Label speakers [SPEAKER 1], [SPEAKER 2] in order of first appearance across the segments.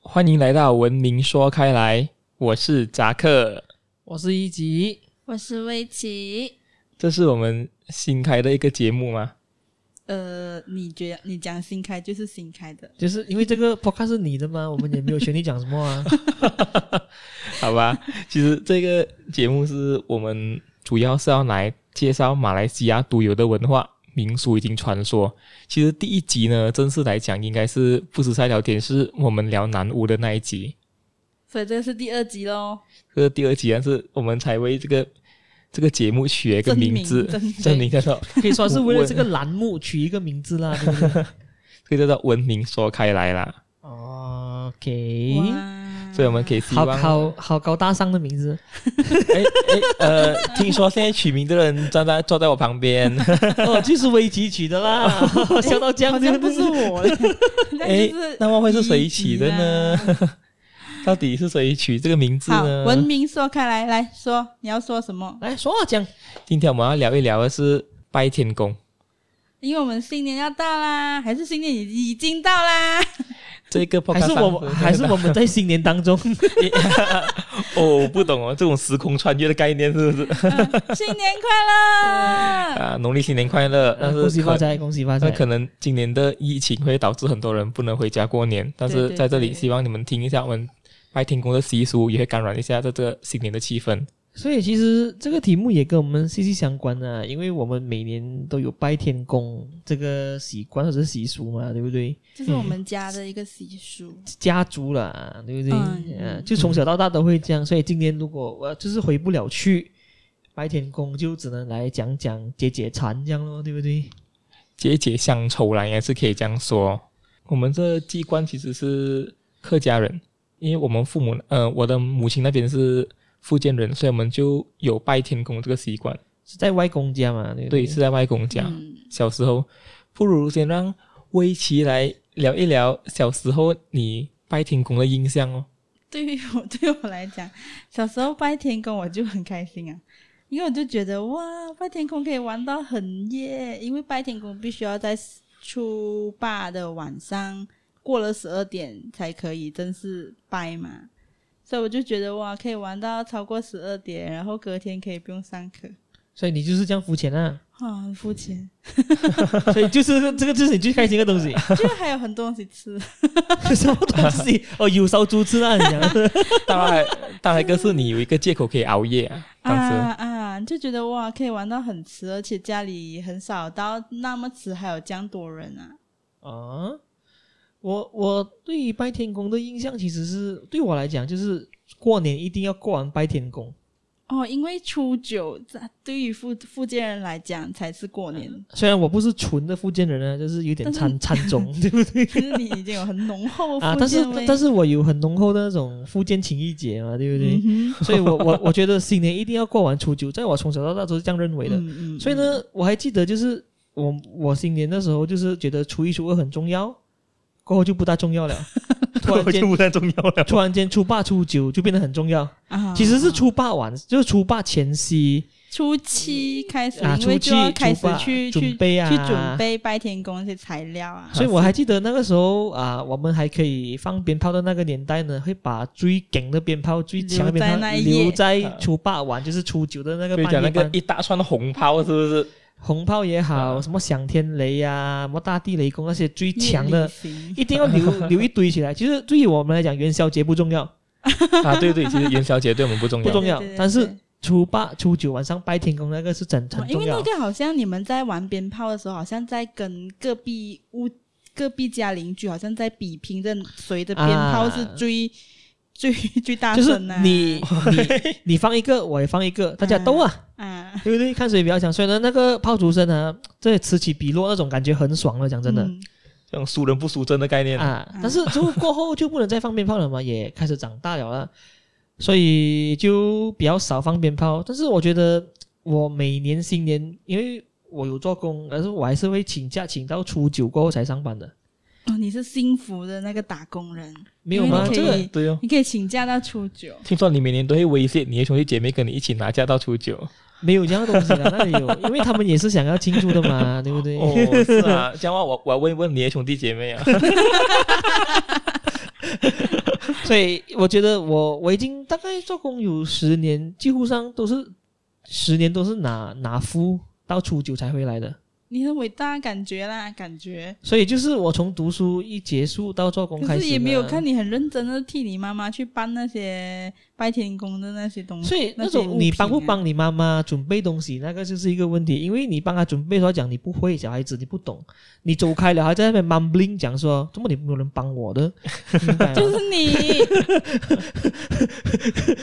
[SPEAKER 1] 欢迎来到《文明说开来》，我是扎克，
[SPEAKER 2] 我是一级，
[SPEAKER 3] 我是威奇。
[SPEAKER 1] 这是我们新开的一个节目吗？
[SPEAKER 3] 呃，你觉你讲新开就是新开的，
[SPEAKER 2] 就是因为这 个 podcast 是你的嘛，我们也没有权利讲什么 啊。
[SPEAKER 1] 好吧，其实这个节目是我们主要是要来介绍马来西亚独有的文化民俗以及传说。其实第一集呢，正式来讲应该是不是在聊天，是我们聊南屋的那一集。
[SPEAKER 3] 所以这个是第二集喽。
[SPEAKER 1] 这是第二集，但是我们才为这个这个节目取了一个
[SPEAKER 3] 真
[SPEAKER 1] 名字，
[SPEAKER 3] 真名
[SPEAKER 1] 证明叫做
[SPEAKER 2] 可以说是为了这个栏目取一个名字啦，对不 对
[SPEAKER 1] 这个叫做文明说开来啦。
[SPEAKER 2] ？OK，
[SPEAKER 3] 哇
[SPEAKER 1] 所以我们可以希
[SPEAKER 2] 好
[SPEAKER 1] 望
[SPEAKER 2] 好好高大上的名 字，
[SPEAKER 1] 哎哎呃，听说现在取名的人站在坐在我旁边，
[SPEAKER 2] 哦，就是危机取的 啦，笑到这样
[SPEAKER 3] 好
[SPEAKER 2] 子
[SPEAKER 3] 像不是我 嘞，那
[SPEAKER 1] 哎
[SPEAKER 3] 就是
[SPEAKER 1] 那么会是谁取的呢
[SPEAKER 3] 一级啦？
[SPEAKER 1] 到底是谁取这个名字
[SPEAKER 3] 好，
[SPEAKER 1] 呢？
[SPEAKER 3] 文明说开来，来说你要说什么？
[SPEAKER 2] 来哎说话讲，
[SPEAKER 1] 今天我们要聊一聊的是拜天公
[SPEAKER 3] 因为我们新年要到啦，还是新年已已经到 啦？
[SPEAKER 1] 这个 podcast
[SPEAKER 2] 还是我
[SPEAKER 1] 上
[SPEAKER 2] 们还是我们在新年当 中，
[SPEAKER 1] 哦，我不懂哦，这种时空穿越的概念 是不是？
[SPEAKER 3] 新年 快乐！
[SPEAKER 1] 啊，农历新年快乐！但
[SPEAKER 2] 恭
[SPEAKER 1] 是
[SPEAKER 2] 喜发
[SPEAKER 1] 可
[SPEAKER 2] 财，恭喜发
[SPEAKER 1] 那
[SPEAKER 2] 财。
[SPEAKER 1] 可能今年的疫情会导致很多人不能回家过年，但
[SPEAKER 3] 对
[SPEAKER 1] 是
[SPEAKER 3] 对
[SPEAKER 1] 在这里
[SPEAKER 3] 对
[SPEAKER 1] 希望你们听一下我们拜天公的习俗，也会感染一下这个新年的气氛。
[SPEAKER 2] 所以其实这个题目也跟我们息息相关啊，因为我们每年都有拜天公这个习惯或者是习俗嘛，对不对？
[SPEAKER 3] 这是我们家的一个习俗。
[SPEAKER 2] 家族啦，对不对？
[SPEAKER 3] 嗯
[SPEAKER 2] 呃就从小到大都会这样，所以今年如果我、呃就是回不了去白天宫，就只能来讲讲解解馋这样咯，对不对？
[SPEAKER 1] 节节乡愁啦，应该是可以这样说。我们这籍贯其实是客家人，因为我们父母，呃，我的母亲那边是福建人，所以我们就有拜天公这个习惯。
[SPEAKER 2] 是在外公家嘛，对不
[SPEAKER 1] 对，
[SPEAKER 2] 对？
[SPEAKER 1] 是在外公家。
[SPEAKER 3] 嗯，
[SPEAKER 1] 小时候，不如先让威奇来聊一聊小时候你拜天公的印象 哦。
[SPEAKER 3] 对于我对我来讲，小时候拜天公我就很开心啊，因为我就觉得哇，拜天公可以玩到很夜，因为拜天公必须要在初八的晚上过了十二点才可以正式拜嘛，所以我就觉得哇，可以玩到超过十二点，然后隔天可以不用上课，
[SPEAKER 2] 所以你就是这样肤浅啊，
[SPEAKER 3] 啊，很肤 浅，
[SPEAKER 2] 所以就是这个就是你最开心的东西，
[SPEAKER 3] 就还有很多东西吃，
[SPEAKER 2] 什么东西？哦，有烧猪吃啊，你讲
[SPEAKER 1] 当然，当然一个是你有一个借口可以熬夜啊。当时，
[SPEAKER 3] 啊啊，就觉得哇，可以玩到很迟，而且家里很少到那么迟，还有这样多人啊。
[SPEAKER 2] 啊？我我对于拜天公的印象其实是对我来讲就是过年一定要过完拜天公。
[SPEAKER 3] 哦，因为初九在对于福福建人来讲才是 过年，
[SPEAKER 2] 虽然我不是纯的福建人呢，就是有点
[SPEAKER 3] 但是
[SPEAKER 2] 掺 掺种，对不对？
[SPEAKER 3] 可是你已经有很浓厚的
[SPEAKER 2] 啊，
[SPEAKER 3] 福
[SPEAKER 2] 但是
[SPEAKER 3] 建味。
[SPEAKER 2] 但
[SPEAKER 3] 是
[SPEAKER 2] 是我有很浓厚的那种福建情意结嘛，对不对？
[SPEAKER 3] 嗯哼
[SPEAKER 2] 所以我 我我觉得新年一定要过完初九，在我从小到大都是这样认为的。
[SPEAKER 3] 嗯嗯
[SPEAKER 2] 所以呢，我还记得就是我我新年的时候，就是觉得初一初二很重要，过后就不大重 要了。突然间，
[SPEAKER 1] 不太重要了。
[SPEAKER 2] 突然间初八初九就变得很重要。
[SPEAKER 3] 啊，
[SPEAKER 2] 其实是初八晚，就是初八前夕
[SPEAKER 3] 初七开始，
[SPEAKER 2] 啊，
[SPEAKER 3] 因
[SPEAKER 2] 初
[SPEAKER 3] 为
[SPEAKER 2] 七
[SPEAKER 3] 就要开
[SPEAKER 2] 初
[SPEAKER 3] 始
[SPEAKER 2] 八
[SPEAKER 3] 去去
[SPEAKER 2] 准备啊，
[SPEAKER 3] 去准备拜天公那些材料啊。
[SPEAKER 2] 所以我还记得那个时候啊，我们还可以放鞭炮的那个年代呢，会把最梗的鞭炮、最强的鞭
[SPEAKER 3] 留在
[SPEAKER 2] 炮
[SPEAKER 3] 那一夜
[SPEAKER 2] 留在初八晚，就是初九的那个
[SPEAKER 1] 所以
[SPEAKER 2] 半
[SPEAKER 1] 讲
[SPEAKER 2] 夜
[SPEAKER 1] 那个
[SPEAKER 2] 班
[SPEAKER 1] 一大串的红包是不 是？
[SPEAKER 2] 红炮也好，
[SPEAKER 1] 啊
[SPEAKER 2] 什么响天雷呀、什么大地雷公啊那些最强
[SPEAKER 3] 夜
[SPEAKER 2] 的
[SPEAKER 3] 里，行，
[SPEAKER 2] 一定要留 留一堆起来。其实对于我们来讲，元宵节不重要，
[SPEAKER 1] 啊，对对，其实元宵节对我们不重
[SPEAKER 2] 不
[SPEAKER 1] 要。
[SPEAKER 2] 重要
[SPEAKER 3] 对对对，
[SPEAKER 2] 但是
[SPEAKER 3] 对
[SPEAKER 2] 初八、初九晚上拜天公那个是真很
[SPEAKER 3] 哦因
[SPEAKER 2] 重
[SPEAKER 3] 为那
[SPEAKER 2] 要。
[SPEAKER 3] 个好像你们在玩鞭炮的时候，好像在跟隔壁屋、隔壁家邻居，好像在比拼着谁的鞭炮是
[SPEAKER 2] 啊
[SPEAKER 3] 最、最最大
[SPEAKER 2] 就是
[SPEAKER 3] 声啊！
[SPEAKER 2] 你你 你放一个，我也放一个，大家都啊，
[SPEAKER 3] 啊，
[SPEAKER 2] 对不对？看谁比较强。所以呢，那个炮竹声呢，这此起彼落那种感觉很爽了，讲真的、
[SPEAKER 3] 嗯
[SPEAKER 1] 这种输人不输阵的概念。
[SPEAKER 2] 啊
[SPEAKER 3] 嗯。
[SPEAKER 2] 但是就过后就不能再放鞭炮了嘛，也开始长大了啦，所以就比较少放鞭炮。但是我觉得我每年新年，因为我有做工，但是我还是会请假，请到初九过后才上班的。
[SPEAKER 3] 哦，你是幸福的那个打工人，
[SPEAKER 2] 没有
[SPEAKER 3] 因为
[SPEAKER 2] 吗？
[SPEAKER 3] 嗯你可
[SPEAKER 2] 这
[SPEAKER 3] 以
[SPEAKER 2] 个
[SPEAKER 1] 对哦，
[SPEAKER 3] 你可以请假到初九。
[SPEAKER 1] 听说你每年都会威胁你的兄弟姐妹跟你一起拿假到初九。
[SPEAKER 2] 没有这样的东西了，那里有， 因为他们也是想要庆祝的 嘛，对不对？
[SPEAKER 1] 哦，是啊啊，这样的话我我要问一问你的兄弟姐妹啊。
[SPEAKER 2] 所以我觉得我我已经大概做工有十年，几乎上都是十年都是拿拿夫到初九才回来的。
[SPEAKER 3] 你很伟大，感觉啦，感觉。
[SPEAKER 2] 所以就是我从读书一结束到做工开啊
[SPEAKER 3] 可
[SPEAKER 2] 始，
[SPEAKER 3] 是也没有看。你很认真的替你妈妈去搬那些拜天公的那些东西，
[SPEAKER 2] 所以那
[SPEAKER 3] 那些物
[SPEAKER 2] 种
[SPEAKER 3] 品
[SPEAKER 2] 你帮不帮你妈妈准备东西，那个就是一个问题，因为你帮她准备说讲你不会，小孩子你不懂，你走开了还在那边 mumbling 讲说，怎么你没有人帮我的？明白吗
[SPEAKER 3] 就是你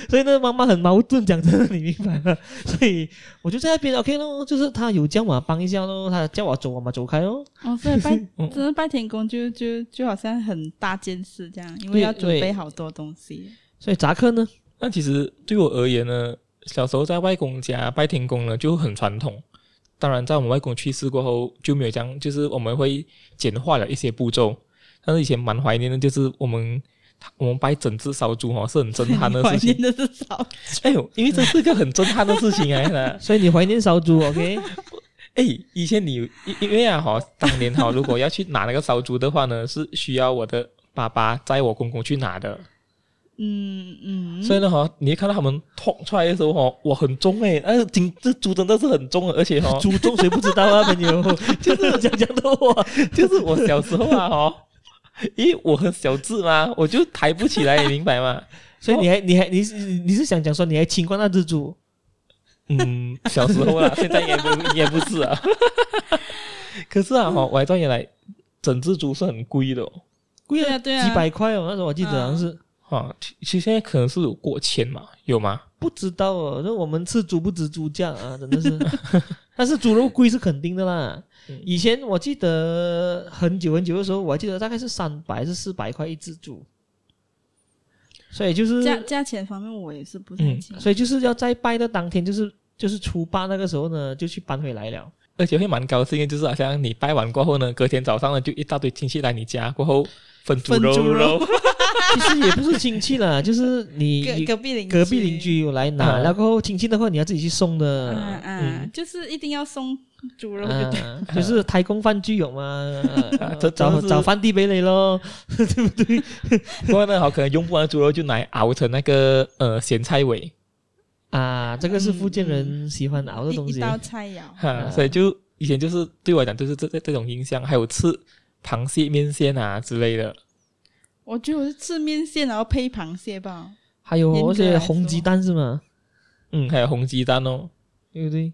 [SPEAKER 2] 所以呢，妈妈很矛盾，讲真的，你明白吗？所以我就在那边 OK 咯，就是她有叫我帮一下咯，她叫我走，我嘛走开咯。
[SPEAKER 3] 哦，所以拜真的拜天公就就就好像很大件事这样，因为
[SPEAKER 2] 对
[SPEAKER 3] 要准
[SPEAKER 2] 对
[SPEAKER 3] 备好多东西。
[SPEAKER 2] 所以扎克呢，
[SPEAKER 1] 那其实对我而言呢，小时候在外公家拜天公呢就很传统。当然，在我们外公去世过后就没有这样，就是我们会简化了一些步骤。但是以前蛮怀念的，就是我们我们拜整只烧猪哦，是很震撼的
[SPEAKER 3] 怀
[SPEAKER 1] 事
[SPEAKER 3] 念
[SPEAKER 1] 情。
[SPEAKER 3] 的是少，
[SPEAKER 1] 哎呦，因为这是个很震撼的事情哎啦。
[SPEAKER 2] 所以你怀念烧猪 OK？，
[SPEAKER 1] 哎，以前你有因因为啊哈，当年哈，如果要去拿那个烧猪的话呢， 是需要我的爸爸载我公公去拿的。
[SPEAKER 3] 嗯嗯，
[SPEAKER 1] 所以呢哈，你会看到他们捅出来的时候哈，哇，很重哎、那金这猪真的是很重的，啊而且哈
[SPEAKER 2] 祖宗谁不知道啊，朋友？就是讲讲的我，
[SPEAKER 1] 就是我小时候啊哈，因为我很小智嘛，我就抬不起来，你明白吗？
[SPEAKER 2] 所以
[SPEAKER 3] 哦
[SPEAKER 2] 你还你还你是你是想讲说你还亲过那只猪？
[SPEAKER 1] 嗯，小时候啦，现在也不也不是啊。 可是啊哈，我还到原来整只猪是很贵的哦，
[SPEAKER 2] 贵
[SPEAKER 3] 对啊对啊啊
[SPEAKER 2] 几百块哦，那时候我记得好像是。
[SPEAKER 1] 哈，其其实现在可能是有过千嘛，有吗？
[SPEAKER 2] 不知道哦，那我们吃猪不吃猪价啊，真的是。 但是猪肉贵是肯定的啦
[SPEAKER 1] 嗯。
[SPEAKER 2] 以前我记得很久很久的时候，我还记得大概是三百是四百块一只猪，所以就是
[SPEAKER 3] 价价钱方面我也是不太
[SPEAKER 1] 嗯
[SPEAKER 3] 清楚。
[SPEAKER 2] 所以就是要在拜的当天，就是就是初八那个时候呢，就去搬回来了。
[SPEAKER 1] 而且会蛮高兴的，就是好像你拜完过后呢，隔天早上呢就一大堆亲戚来你家，过后分猪
[SPEAKER 3] 分
[SPEAKER 1] 肉，
[SPEAKER 3] 猪肉
[SPEAKER 2] 其实也不是亲戚啦，就是
[SPEAKER 3] 隔
[SPEAKER 2] 你
[SPEAKER 3] 隔壁邻啊
[SPEAKER 2] 隔壁邻，居有来拿，
[SPEAKER 1] 嗯
[SPEAKER 2] 然后亲戚的话你要自己去送的。
[SPEAKER 3] 嗯嗯，就是一定要送猪肉就对了。
[SPEAKER 2] 啊，就是台公饭具有嘛，呃
[SPEAKER 1] 这真
[SPEAKER 2] 找
[SPEAKER 1] 的是
[SPEAKER 2] 找饭地俾你咯。
[SPEAKER 1] 不 过呢，好可能用不完的猪肉就拿来熬成那个呃咸菜尾，
[SPEAKER 2] 啊，这个是福建人喜欢熬的
[SPEAKER 3] 一
[SPEAKER 2] 东
[SPEAKER 3] 一
[SPEAKER 2] 西。
[SPEAKER 3] 道菜肴，
[SPEAKER 1] 哈、
[SPEAKER 2] 啊
[SPEAKER 1] 所以就以前就是对我来讲就是这这这种印象，还有吃螃蟹面线啊之类的，
[SPEAKER 3] 我觉得我是吃面线然后配螃蟹吧。
[SPEAKER 2] 还有
[SPEAKER 3] 严格
[SPEAKER 2] 而
[SPEAKER 3] 来说
[SPEAKER 2] 且红鸡蛋是吗？
[SPEAKER 1] 嗯，还有红鸡蛋哦，
[SPEAKER 2] 对不对？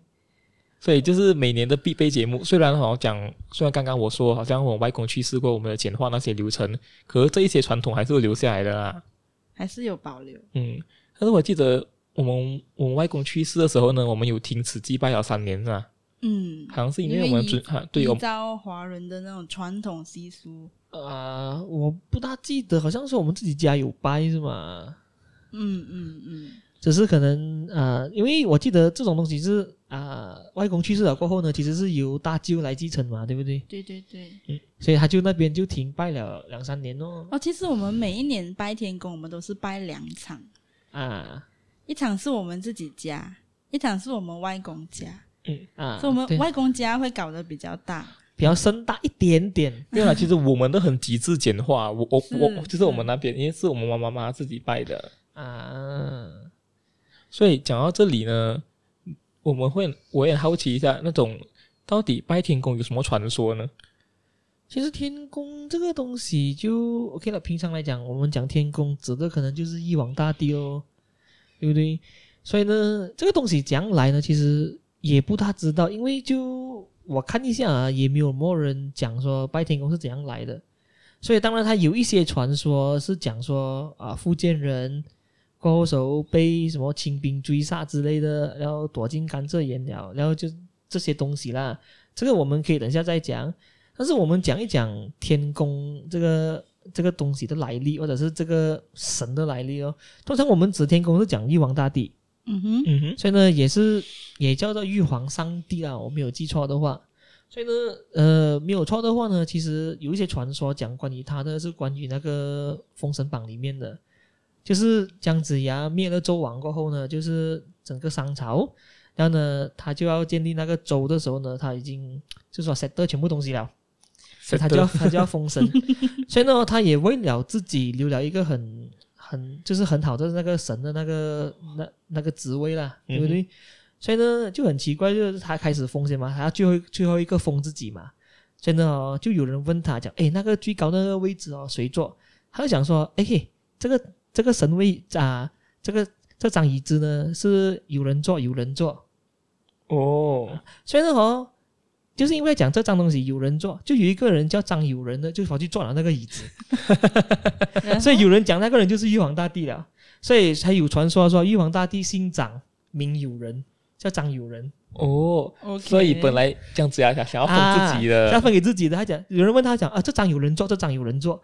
[SPEAKER 1] 所以就是每年的必备节目。虽然好像讲，虽然刚刚我说好像我外公去世过，我们的简化那些流程，可是这一些传统还是会留下来的啦。
[SPEAKER 3] 还是有保留，
[SPEAKER 1] 嗯，但是我记得我们我们外公去世的时候呢，我们有停止祭拜了三年是吧？
[SPEAKER 3] 嗯，
[SPEAKER 1] 好像是因为我们
[SPEAKER 3] 因为
[SPEAKER 1] 准啊，对，我
[SPEAKER 3] 依
[SPEAKER 1] 们
[SPEAKER 3] 照华人的那种传统习俗，
[SPEAKER 2] 啊，我不大记得，好像是我们自己家有掰是吗？
[SPEAKER 3] 嗯嗯嗯，
[SPEAKER 2] 只是可能啊，因为我记得这种东西是啊，外公去世了过后呢，其实是由大舅来继承嘛，对不对？
[SPEAKER 3] 对对对。
[SPEAKER 2] 所以他就那边就停拜了两三年咯。
[SPEAKER 3] 哦，其实我们每一年拜天公，我们都是拜两场，
[SPEAKER 2] 啊
[SPEAKER 3] 一场是我们自己家，一场是我们外公家，
[SPEAKER 2] 啊，
[SPEAKER 3] 所以我们
[SPEAKER 2] 对
[SPEAKER 3] 外公家会搞得比较大。
[SPEAKER 2] 比较盛大一点点。
[SPEAKER 1] 没有啦，其实我们的很极致简化，我我我
[SPEAKER 3] 是
[SPEAKER 1] 就是我们那边，因为是我们妈妈妈自己拜的，
[SPEAKER 2] 啊，
[SPEAKER 1] 所以讲到这里呢，我们会我也好奇一下，那种到底拜天公有什么传说呢？
[SPEAKER 2] 其实天宫这个东西就 OK 了。平常来讲，我们讲天宫指的可能就是一王大帝哦，对不对？所以呢，这个东西讲来呢，其实也不大知道，因为就我看一下啊，也没有没人讲说拜天宫是怎样来的。所以当然，它有一些传说是讲说啊，福建人过后手被什么清兵追杀之类的，然后躲进甘蔗园了，然后就这些东西啦。这个我们可以等一下再讲。但是我们讲一讲天宫这个这个东西的来历，或者是这个神的来历哦。通常我们指天宫是讲玉皇大帝，
[SPEAKER 3] 嗯哼，
[SPEAKER 1] 嗯哼，
[SPEAKER 2] 所以呢也是也叫做玉皇上帝啦，我没有记错的话。所以呢，呃，没有错的话呢，其实有一些传说讲关于他的是关于那个《封神榜》里面的，就是姜子牙灭了周王过后呢，就是整个商朝，然后呢，他就要建立那个周的时候呢，他已经就说 set 全部东西了。所以他就要他就要封神，所以呢，他也为了自己留了一个很很就是很好的那个神的那个那那个职位啦，
[SPEAKER 1] 嗯
[SPEAKER 2] 对不对？所以呢就很奇怪，就是他开始封先嘛，他要最后最后一个封自己嘛，所以呢、哦、就有人问他讲，诶，那个最高的那个位置哦谁坐？他就讲说，诶，嘿这个这个神位啊，这个这张椅子呢是有人坐有人坐，
[SPEAKER 1] 哦，
[SPEAKER 2] 所以呢哦。就是因为讲这张东西有人坐，就有一个人叫张友仁的，就跑去坐了那个椅子。所以有人讲那个人就是玉皇大帝了，所以才有传说说玉皇大帝姓张，名友仁，叫张友仁，
[SPEAKER 1] 哦，
[SPEAKER 3] OK
[SPEAKER 1] 所以本来姜子牙啊想想要封自己的，
[SPEAKER 3] 啊
[SPEAKER 2] 他分给自己的。他讲有人问他讲啊，这张有人做，这张有人做，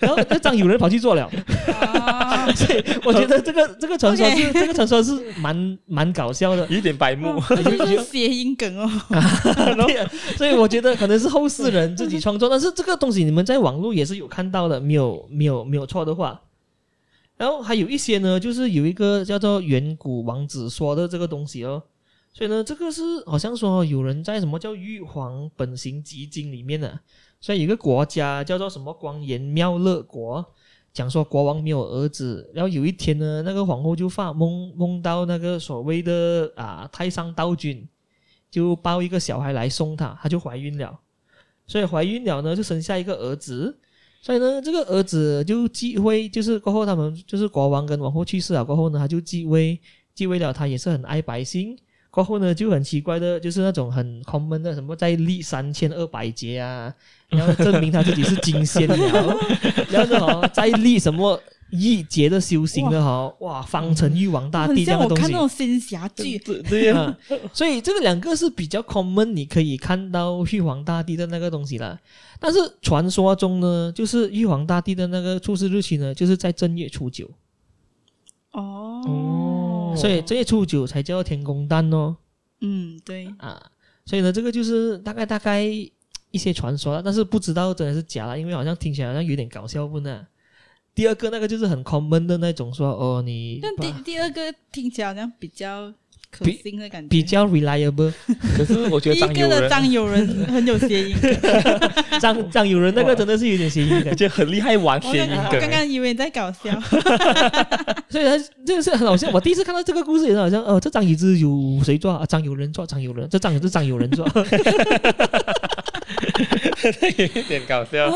[SPEAKER 2] 然后这张有人跑去做了。
[SPEAKER 3] 哦
[SPEAKER 2] 所以我觉得这个这个传说是
[SPEAKER 3] OK
[SPEAKER 2] 这个传说是蛮蛮搞笑的。
[SPEAKER 1] 有一点白 目。
[SPEAKER 3] 这是谐音梗哦。
[SPEAKER 2] 对啊 所以我觉得可能是后世人自己创作，但是这个东西你们在网络也是有看到的，没有没有没有错的话。然后还有一些呢，就是有一个叫做远古王子说的这个东西哦，所以呢，这个是好像说有人在什么叫《玉皇本行集经》里面呢、啊所以有一个国家叫做什么光颜妙乐国，讲说国王没有儿子，然后有一天呢，那个皇后就发梦梦到那个所谓的啊太上道君，就抱一个小孩来送她，她就怀孕了，所以怀孕了呢就生下一个儿子，所以呢这个儿子就继位，就是过后他们就是国王跟王后去世了过后呢，他就继位，继位了他也是很爱百姓。过后呢，就很奇怪的，就是那种很 common 的什么在历三千二百劫啊，然后证明他自己是金仙了，然后呢、哦、再立什么一劫的修行的哈、哦，哇，方成玉皇大
[SPEAKER 3] 很
[SPEAKER 2] 帝这
[SPEAKER 3] 像
[SPEAKER 2] 样啊的东
[SPEAKER 3] 我看
[SPEAKER 2] 西
[SPEAKER 3] 那。种仙侠剧，
[SPEAKER 1] 对对呀、
[SPEAKER 2] 啊，
[SPEAKER 3] 嗯
[SPEAKER 2] 所以这个两个是比较 common，你可以看到玉皇大帝的那个东西啦。但是传说中呢，就是玉皇大帝的那个出世日期呢，就是在正月初九，
[SPEAKER 3] 哦，
[SPEAKER 2] 所以正月初九才叫天公诞哦。
[SPEAKER 3] 嗯，对，
[SPEAKER 2] 啊，所以呢，这个就是大概大概一些传说啦，但是不知道真的是假啦，因为好像听起来好像有点搞笑不呢。第二个那个就是很 common 的那种说哦，你
[SPEAKER 3] 但第
[SPEAKER 2] 把
[SPEAKER 3] 第二个听起来好像比较可
[SPEAKER 2] 比
[SPEAKER 3] 信的感觉。
[SPEAKER 2] 比较 reliable，
[SPEAKER 1] 可是我觉
[SPEAKER 3] 第
[SPEAKER 1] 得张
[SPEAKER 3] 一
[SPEAKER 1] 友
[SPEAKER 3] 个的
[SPEAKER 1] 仁
[SPEAKER 3] 张友仁 很有谐音梗，
[SPEAKER 2] 张张友仁那
[SPEAKER 3] 哦
[SPEAKER 2] 个
[SPEAKER 1] 哇
[SPEAKER 2] 真的是有点谐音梗，
[SPEAKER 1] 就很厉害玩
[SPEAKER 3] 我
[SPEAKER 1] 谐
[SPEAKER 3] 刚
[SPEAKER 1] 音
[SPEAKER 3] 我刚
[SPEAKER 1] 梗。
[SPEAKER 3] 刚以为你在搞 笑，
[SPEAKER 2] 所以他这个是很好笑。我第一次看到这个故事也是好像哦，这张椅子有谁坐啊？张友仁坐，张友仁，这张椅子张友仁坐。
[SPEAKER 1] 有点搞笑。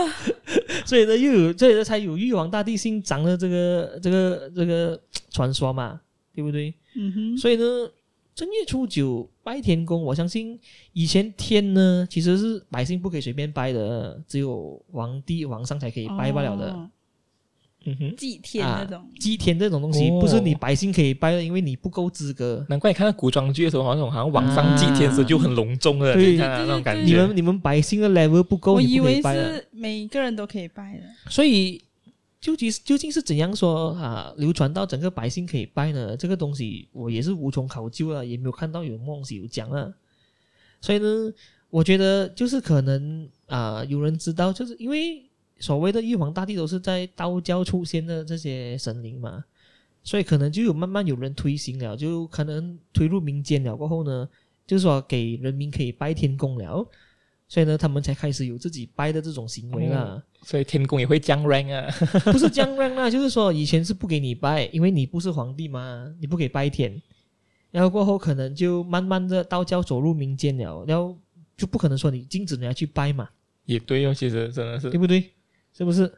[SPEAKER 2] 所以呢，又有所以呢才有玉皇大帝姓张的这个这个这个传说嘛，对不对？
[SPEAKER 3] 嗯哼，
[SPEAKER 2] 所以呢，正月初九拜天公，我相信以前天呢其实是百姓不可以随便拜的，只有皇帝、皇上才可以拜罢了的。啊
[SPEAKER 3] 哦
[SPEAKER 1] 嗯哼，
[SPEAKER 3] 祭天那种，
[SPEAKER 2] 祭天这种东西
[SPEAKER 1] 哦
[SPEAKER 2] 不是你百姓可以拜的，因为你不够资格。
[SPEAKER 1] 难怪你看到古装剧的时候，好像好像往上祭天时就很隆重的，
[SPEAKER 2] 对
[SPEAKER 1] 你看啊那种感觉。
[SPEAKER 2] 你们你们百姓的 level 不够，
[SPEAKER 3] 我
[SPEAKER 2] 你
[SPEAKER 3] 以
[SPEAKER 2] 不可以
[SPEAKER 3] 为
[SPEAKER 2] 拜的。
[SPEAKER 3] 是每个人都可以拜的。
[SPEAKER 2] 所以究竟究竟是怎样说啊，流传到整个百姓可以拜呢？这个东西我也是无从考究了，也没有看到有什么东西有讲啊。所以呢，我觉得就是可能啊、有人知道，就是因为所谓的玉皇大帝都是在道教出现的这些神灵嘛，所以可能就有慢慢有人推行了，就可能推入民间了过后呢，就是说给人民可以拜天公了。所以呢，他们才开始有自己拜的这种行为啦。
[SPEAKER 1] 所以天宫也会降 rank 啊。
[SPEAKER 2] 不是降让啦，就是说以前是不给你拜，因为你不是皇帝嘛，你不给拜天。然后过后可能就慢慢的道教走入民间了，然后就不可能说你禁止人家去拜嘛，
[SPEAKER 1] 也对哦，其实真的是
[SPEAKER 2] 对不对？是不是？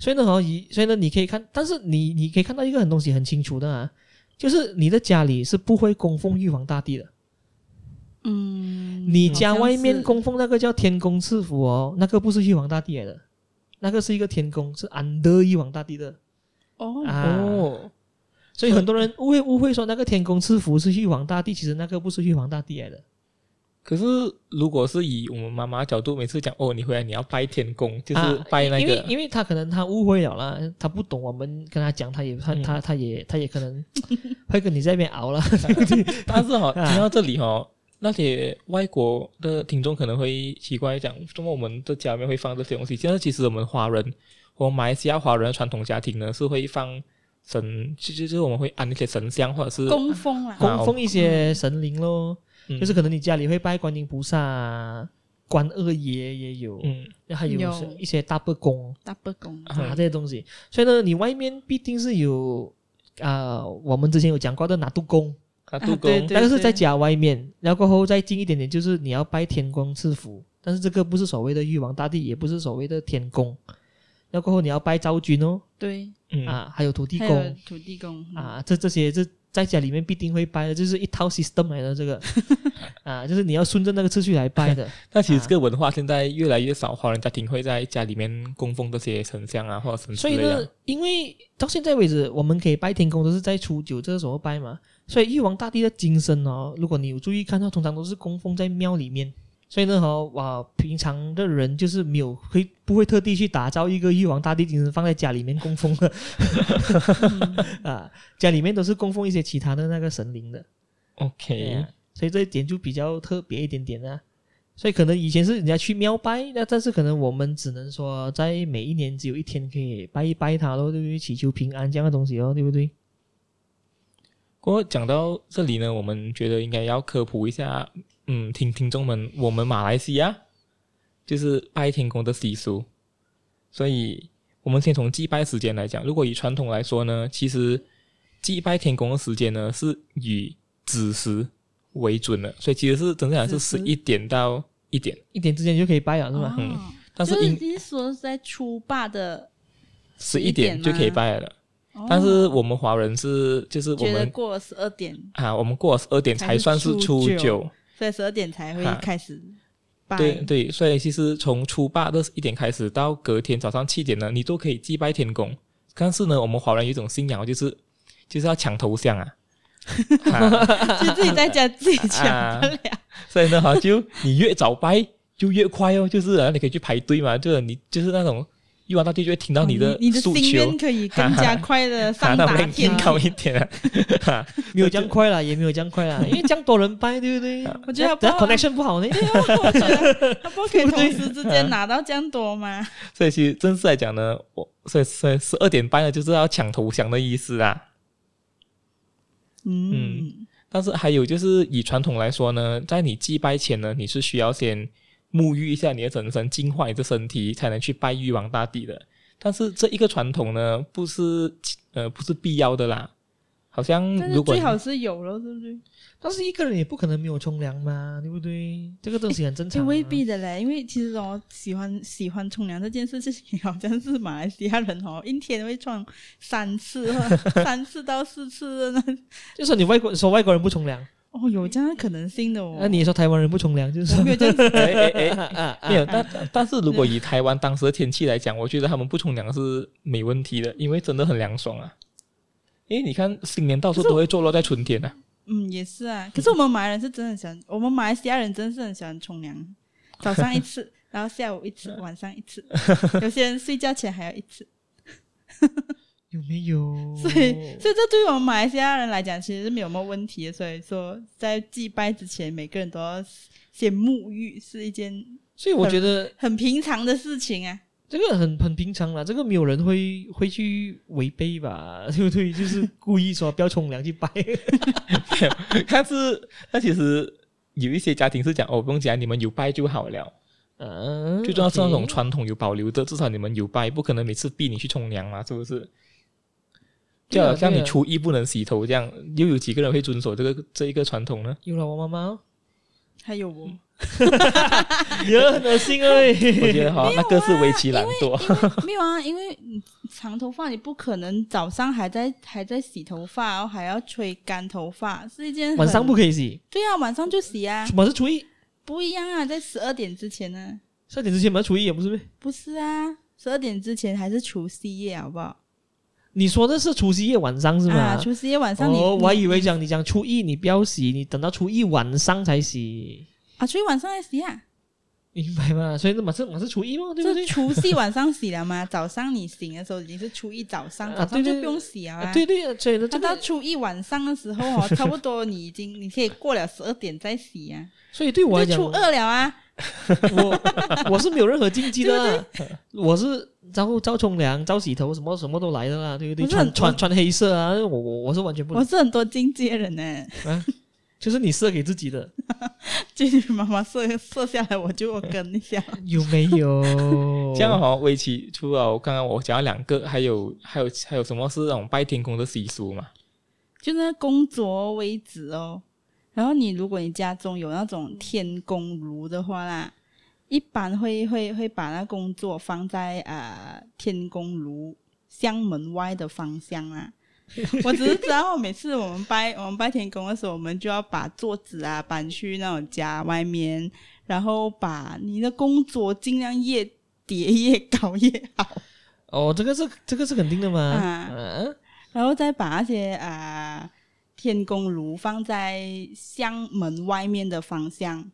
[SPEAKER 2] 所以呢，好以所以呢，你可以看，但是你你可以看到一个很东西很清楚的啊，就是你的家里是不会供奉玉皇大帝的，
[SPEAKER 3] 嗯
[SPEAKER 2] 你家外面
[SPEAKER 3] 公
[SPEAKER 2] 供奉那个叫天公赐福哦，那个不是玉皇大帝来的，那个是一个天公，是 under 玉皇大帝的
[SPEAKER 3] 哦，
[SPEAKER 2] 啊。
[SPEAKER 1] 哦。
[SPEAKER 2] 所以很多人误会误会说那个天公赐福是玉皇大帝，其实那个不是玉皇大帝来的。
[SPEAKER 1] 可是如果是以我们妈妈角度，每次讲哦，你回来你要拜天公，就是
[SPEAKER 2] 啊
[SPEAKER 1] 拜那
[SPEAKER 2] 因
[SPEAKER 1] 个
[SPEAKER 2] 为因为他可能他误会了啦，他不懂我们跟他讲，他也他
[SPEAKER 1] 嗯
[SPEAKER 2] 他他也他也可能会跟你在那边熬了。
[SPEAKER 1] 但 是哈、
[SPEAKER 2] 啊
[SPEAKER 1] 听到这里哈、那些外国的听众可能会奇怪讲，为什么我们的家里面会放这些东西？现在其实我们华人，我们马来西亚华人的传统家庭呢是会放神，就就就是我们会安一些神像或者是，
[SPEAKER 3] 供
[SPEAKER 2] 啊
[SPEAKER 3] 奉啦，
[SPEAKER 1] 好
[SPEAKER 2] 供奉一些神灵咯，
[SPEAKER 1] 嗯
[SPEAKER 2] 就是可能你家里会拜观音菩萨啊，关二爷也有，
[SPEAKER 1] 嗯，
[SPEAKER 2] 还有
[SPEAKER 3] 有
[SPEAKER 2] 一些大伯公，
[SPEAKER 3] 大伯公，
[SPEAKER 2] 啊
[SPEAKER 1] 嗯
[SPEAKER 2] 这些东西。所以呢，你外面必定是有啊、呃我们之前有讲过的拿督公，
[SPEAKER 1] 他杜
[SPEAKER 3] 对
[SPEAKER 1] 工，
[SPEAKER 2] 那个是在
[SPEAKER 3] 对
[SPEAKER 2] 家外面，然后过后再近一点点就是你要拜天公赐福，但是这个不是所谓的玉皇大帝，也不是所谓的天公，然后过后你要拜昭君哦，
[SPEAKER 3] 对，
[SPEAKER 1] 嗯，
[SPEAKER 2] 啊，还有土地
[SPEAKER 3] 还有
[SPEAKER 2] 公
[SPEAKER 3] 土地公，嗯
[SPEAKER 2] 啊， 这这些这。在家里面必定会拜的，就是一套 system 来的这 个，啊，就是你要顺着那个次序来拜的。
[SPEAKER 1] 那其实这个文化现在越来越少，华人家庭会在家里面供奉这些神像啊，或者神之
[SPEAKER 2] 所以
[SPEAKER 1] 类
[SPEAKER 2] 呢
[SPEAKER 1] 的。，
[SPEAKER 2] 因为到现在为止，我们可以拜天公都是在初九这个时候拜嘛，所以玉皇大帝的金身哦，如果你有注意看到，通常都是供奉在庙里面。所以呢，哦，哇，平常的人就是没有会不会特地去打造一个玉皇大帝金身放在家里面供奉的
[SPEAKER 3] 嗯
[SPEAKER 2] 啊？家里面都是供奉一些其他的那个神灵的，对
[SPEAKER 1] OK，
[SPEAKER 2] 啊所以这一点就比较特别一点点啊。所以可能以前是人家去庙拜，那但是可能我们只能说在每一年只有一天可以拜一拜它咯，对不对？祈求平安这样的东西哦，对不对？
[SPEAKER 1] 不过讲到这里呢，我们觉得应该要科普一下，嗯，听听众们，我们马来西亚就是拜天公的习俗，所以我们先从祭拜时间来讲。如果以传统来说呢，其实祭拜天公的时间呢是以子时为准的，所以其实是整正来是
[SPEAKER 3] 子
[SPEAKER 1] 十
[SPEAKER 3] 时
[SPEAKER 1] 一点到一点，
[SPEAKER 2] 一点之间就可以拜了，是吧？
[SPEAKER 1] 嗯
[SPEAKER 3] 哦
[SPEAKER 1] 但
[SPEAKER 3] 就是
[SPEAKER 1] 因
[SPEAKER 3] 你说是在初八的，
[SPEAKER 1] 十
[SPEAKER 3] 11
[SPEAKER 1] 一点就
[SPEAKER 3] 吗
[SPEAKER 1] 可以拜了。
[SPEAKER 3] 哦
[SPEAKER 1] 但是我们华人是就是我
[SPEAKER 3] 觉得
[SPEAKER 1] 们
[SPEAKER 3] 过了十二点，
[SPEAKER 1] 啊，我们过了十二点
[SPEAKER 3] 才
[SPEAKER 1] 才
[SPEAKER 3] 是
[SPEAKER 1] 算是
[SPEAKER 3] 初
[SPEAKER 1] 初
[SPEAKER 3] 九
[SPEAKER 1] 九。
[SPEAKER 3] 所以十二点才会
[SPEAKER 1] 啊
[SPEAKER 3] 开始拜，
[SPEAKER 1] 对对，所以其实从初八的一点开始到隔天早上七点呢，你都可以祭拜天公。但是呢，我们华人有一种信仰，就是就是要抢头 像啊，啊
[SPEAKER 3] 就自己 在家自己抢不了，
[SPEAKER 1] 所以呢，哈，就你越早拜就越快哦，就是啊，你可以去排队嘛，就是你就是那种玉皇大帝就会听到
[SPEAKER 3] 哦
[SPEAKER 1] 你的
[SPEAKER 3] 你的
[SPEAKER 1] 诉
[SPEAKER 3] 心
[SPEAKER 1] 求
[SPEAKER 3] 愿，可以更加快的上
[SPEAKER 1] 啊他
[SPEAKER 3] 达
[SPEAKER 1] 们
[SPEAKER 3] 天
[SPEAKER 1] 更
[SPEAKER 3] 庭
[SPEAKER 1] 高一点啊，哈
[SPEAKER 2] 没有这样快啦，也没有这样快啦，因为这样多人拜，啊对不 对？
[SPEAKER 3] 我觉得
[SPEAKER 2] 等
[SPEAKER 3] 不
[SPEAKER 2] 下
[SPEAKER 3] 好
[SPEAKER 2] connection 不好 呢。
[SPEAKER 3] 我觉得他不可以同时 之
[SPEAKER 1] 嗯
[SPEAKER 3] 间拿到这样多吗？
[SPEAKER 1] 所以其实正式来讲呢，我所以所以十二点半呢就是要抢头像的意思啊。
[SPEAKER 3] 嗯，
[SPEAKER 1] 但是还有就是以传统来说呢，在你祭拜前呢，你是需要先沐浴一下你的整身，净化你的身体，才能去拜玉皇大帝的。但是这一个传统呢，不是呃不是必要的啦。好像
[SPEAKER 3] 但是
[SPEAKER 1] 如果哎嗯
[SPEAKER 3] 最好是有了，对不对？
[SPEAKER 2] 但是一个人也不可能没有冲凉嘛，对不对？这个东西很正
[SPEAKER 3] 这
[SPEAKER 2] 常、啊。
[SPEAKER 3] 未必的嘞，因为其实哦，喜欢喜欢冲凉这件事情，好像是马来西亚人哦，一天会冲三次或三次到四次的那，
[SPEAKER 2] 就说你外国说外国人不冲凉，
[SPEAKER 3] 哦，有这样的可能性的哦。
[SPEAKER 2] 那、你也说台湾人不冲凉，就是
[SPEAKER 3] 我
[SPEAKER 2] 说
[SPEAKER 3] 没有这样子，
[SPEAKER 1] 哎哎哎，
[SPEAKER 2] 啊啊
[SPEAKER 1] 没有。但但但是如果以台湾当时的天气来讲，我觉得他们不冲凉是没问题的，因为真的很凉爽啊。因为你看新年到处都会坐落在春天啊，
[SPEAKER 3] 嗯，也是啊。可是我们马来人是真的很喜欢，我们马来西亚人真的是很喜欢冲 凉，早上一次，然后下午一次，晚上一 次，有些人睡觉前还要一次。
[SPEAKER 2] 有没有？
[SPEAKER 3] 所以，所以这对于我们马来西亚人来讲，其实是没有什么问题的。所以说，在祭拜之前，每个人都要先沐浴，是一件
[SPEAKER 2] 所以我觉得
[SPEAKER 3] 很平常的事情啊。
[SPEAKER 2] 这个很很平常啦，这个没有人会会去违背吧， 对不对？就是故意说不要冲凉去拜，
[SPEAKER 1] 但是那其实有一些家庭是讲哦，不用讲，你们有拜就好了。
[SPEAKER 2] 嗯，
[SPEAKER 1] 最重要是那种
[SPEAKER 2] OK
[SPEAKER 1] 传统有保留的，至少你们有拜，不可能每次逼你去冲凉嘛，是不是？就好像
[SPEAKER 2] 对啊
[SPEAKER 1] 你初一不能洗头这样，又有几个人会遵守这个这一个传统 呢？
[SPEAKER 2] 有了我妈妈哦，
[SPEAKER 3] 还有 我，
[SPEAKER 2] 也很恶心哎。
[SPEAKER 1] 我觉得哈，那个是为其懒惰。？
[SPEAKER 3] 没有啊，因为你长头发，你不可能早上还在还在洗头发，然后还要吹干头发，是一件 很
[SPEAKER 2] 晚上不可以洗，
[SPEAKER 3] 对啊，晚上就洗啊，
[SPEAKER 2] 我是初一，
[SPEAKER 3] 不一样啊，在十二点之前呢、
[SPEAKER 2] 三点之前我们是初一也不是呗？
[SPEAKER 3] 不是啊，十二点之前还是除夕夜，好不好？
[SPEAKER 2] 你说的是除夕夜晚上是
[SPEAKER 3] 啊，
[SPEAKER 2] 吗？
[SPEAKER 3] 除夕夜晚上你，
[SPEAKER 2] 哦，我还
[SPEAKER 3] 你
[SPEAKER 2] 以为讲你讲初一你不要洗，你等到初一晚上才洗，
[SPEAKER 3] 啊，所以晚上来洗啊。
[SPEAKER 2] 明白吗？所以那马上马上初一嘛，对不
[SPEAKER 3] 这
[SPEAKER 2] 对？
[SPEAKER 3] 除夕晚上洗了吗？ 早上你醒的时候已经是初一早上，
[SPEAKER 2] 啊
[SPEAKER 3] 早上
[SPEAKER 2] 对
[SPEAKER 3] 就
[SPEAKER 2] 对
[SPEAKER 3] 不用洗了、
[SPEAKER 2] 啊，对。对，啊所以呢，
[SPEAKER 3] 那
[SPEAKER 2] 这
[SPEAKER 3] 到
[SPEAKER 2] 个，
[SPEAKER 3] 初一晚上的时候 哦，差不多你已经你可以过了十二点再洗啊，
[SPEAKER 2] 所以对我来
[SPEAKER 3] 就
[SPEAKER 2] 讲，
[SPEAKER 3] 初二了啊。
[SPEAKER 2] 我我 是没有任何禁忌的啦，我是照照冲凉、照洗头，什么什么都来的啦，对不对？
[SPEAKER 3] 不是
[SPEAKER 2] 穿
[SPEAKER 3] 很
[SPEAKER 2] 穿穿黑色啊，我我我是完全不
[SPEAKER 3] 我
[SPEAKER 2] 能，
[SPEAKER 3] 是很多境界人呢、
[SPEAKER 2] 啊就是你设给自己的，
[SPEAKER 3] 就是妈妈射射下来，我就跟一下。
[SPEAKER 2] 有没 有
[SPEAKER 1] 这样哦，围棋除了刚刚我讲了两个，还有还有还有什么是那种拜天公的习俗嘛？
[SPEAKER 3] 就那工作位置哦。然后你如果你家中有那种天宫炉的话啦，一般会会会把那工作放在啊、呃天宫炉向门外的方向啦。我只是知道，每次我们拜我们拜天公的时候，我们就要把桌子啊搬去那种家外面，然后把你的工作尽量越叠越高越好。
[SPEAKER 2] 哦，这个是这个是肯定的嘛。
[SPEAKER 3] 啊
[SPEAKER 2] 嗯、
[SPEAKER 3] 然后再把那些啊、呃天宫炉放在乡门外面的方向，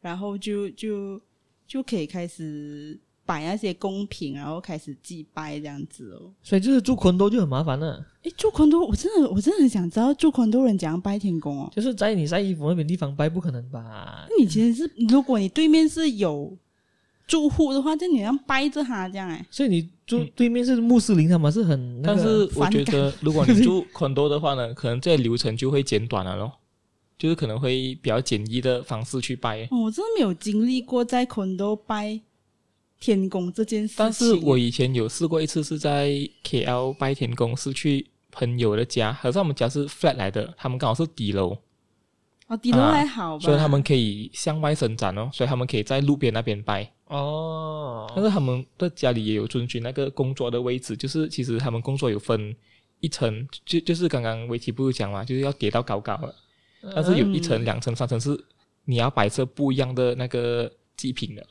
[SPEAKER 3] 然后就就就可以开始摆那些贡品，然后开始祭拜这样子哦。
[SPEAKER 2] 所以就是住昆多就很麻烦啊了，
[SPEAKER 3] 诶，住昆都，我真的我真的很想知道住昆都人怎样拜天公哦。
[SPEAKER 2] 就是在你晒衣服那边地方掰，不可能吧？
[SPEAKER 3] 那你其实是，如果你对面是有住户的话，就你要掰着他这样哎。
[SPEAKER 2] 所以你住
[SPEAKER 1] 嗯
[SPEAKER 2] 对面是穆斯林，他们是很、那
[SPEAKER 1] 但
[SPEAKER 2] 个，
[SPEAKER 1] 是我
[SPEAKER 3] 反
[SPEAKER 1] 觉得，如果你住 condo 的话呢，可能这流程就会简短了咯，就是可能会比较简易的方式去拜。
[SPEAKER 3] 哦，我真的没有经历过在昆都拜天公这件事情。
[SPEAKER 1] 但是我以前有试过一次，是在 KL 拜天公，是去朋友的家，好像我们家是 flat 来的，他们刚好是底楼，
[SPEAKER 3] 哦，底楼
[SPEAKER 1] 啊
[SPEAKER 3] 还好吧？
[SPEAKER 1] 所以他们可以向外伸展哦，所以他们可以在路边那边拜。但
[SPEAKER 2] 哦，
[SPEAKER 1] 是他们的家里也有遵循那个工作的位置，就是其实他们工作有分一层，就就是刚刚围棋不是讲嘛，就是要叠到高高的，但
[SPEAKER 2] 呃
[SPEAKER 1] 是有一层、
[SPEAKER 3] 嗯
[SPEAKER 1] 两层、三层是你要摆设不一样的那个祭品的。
[SPEAKER 3] 嗯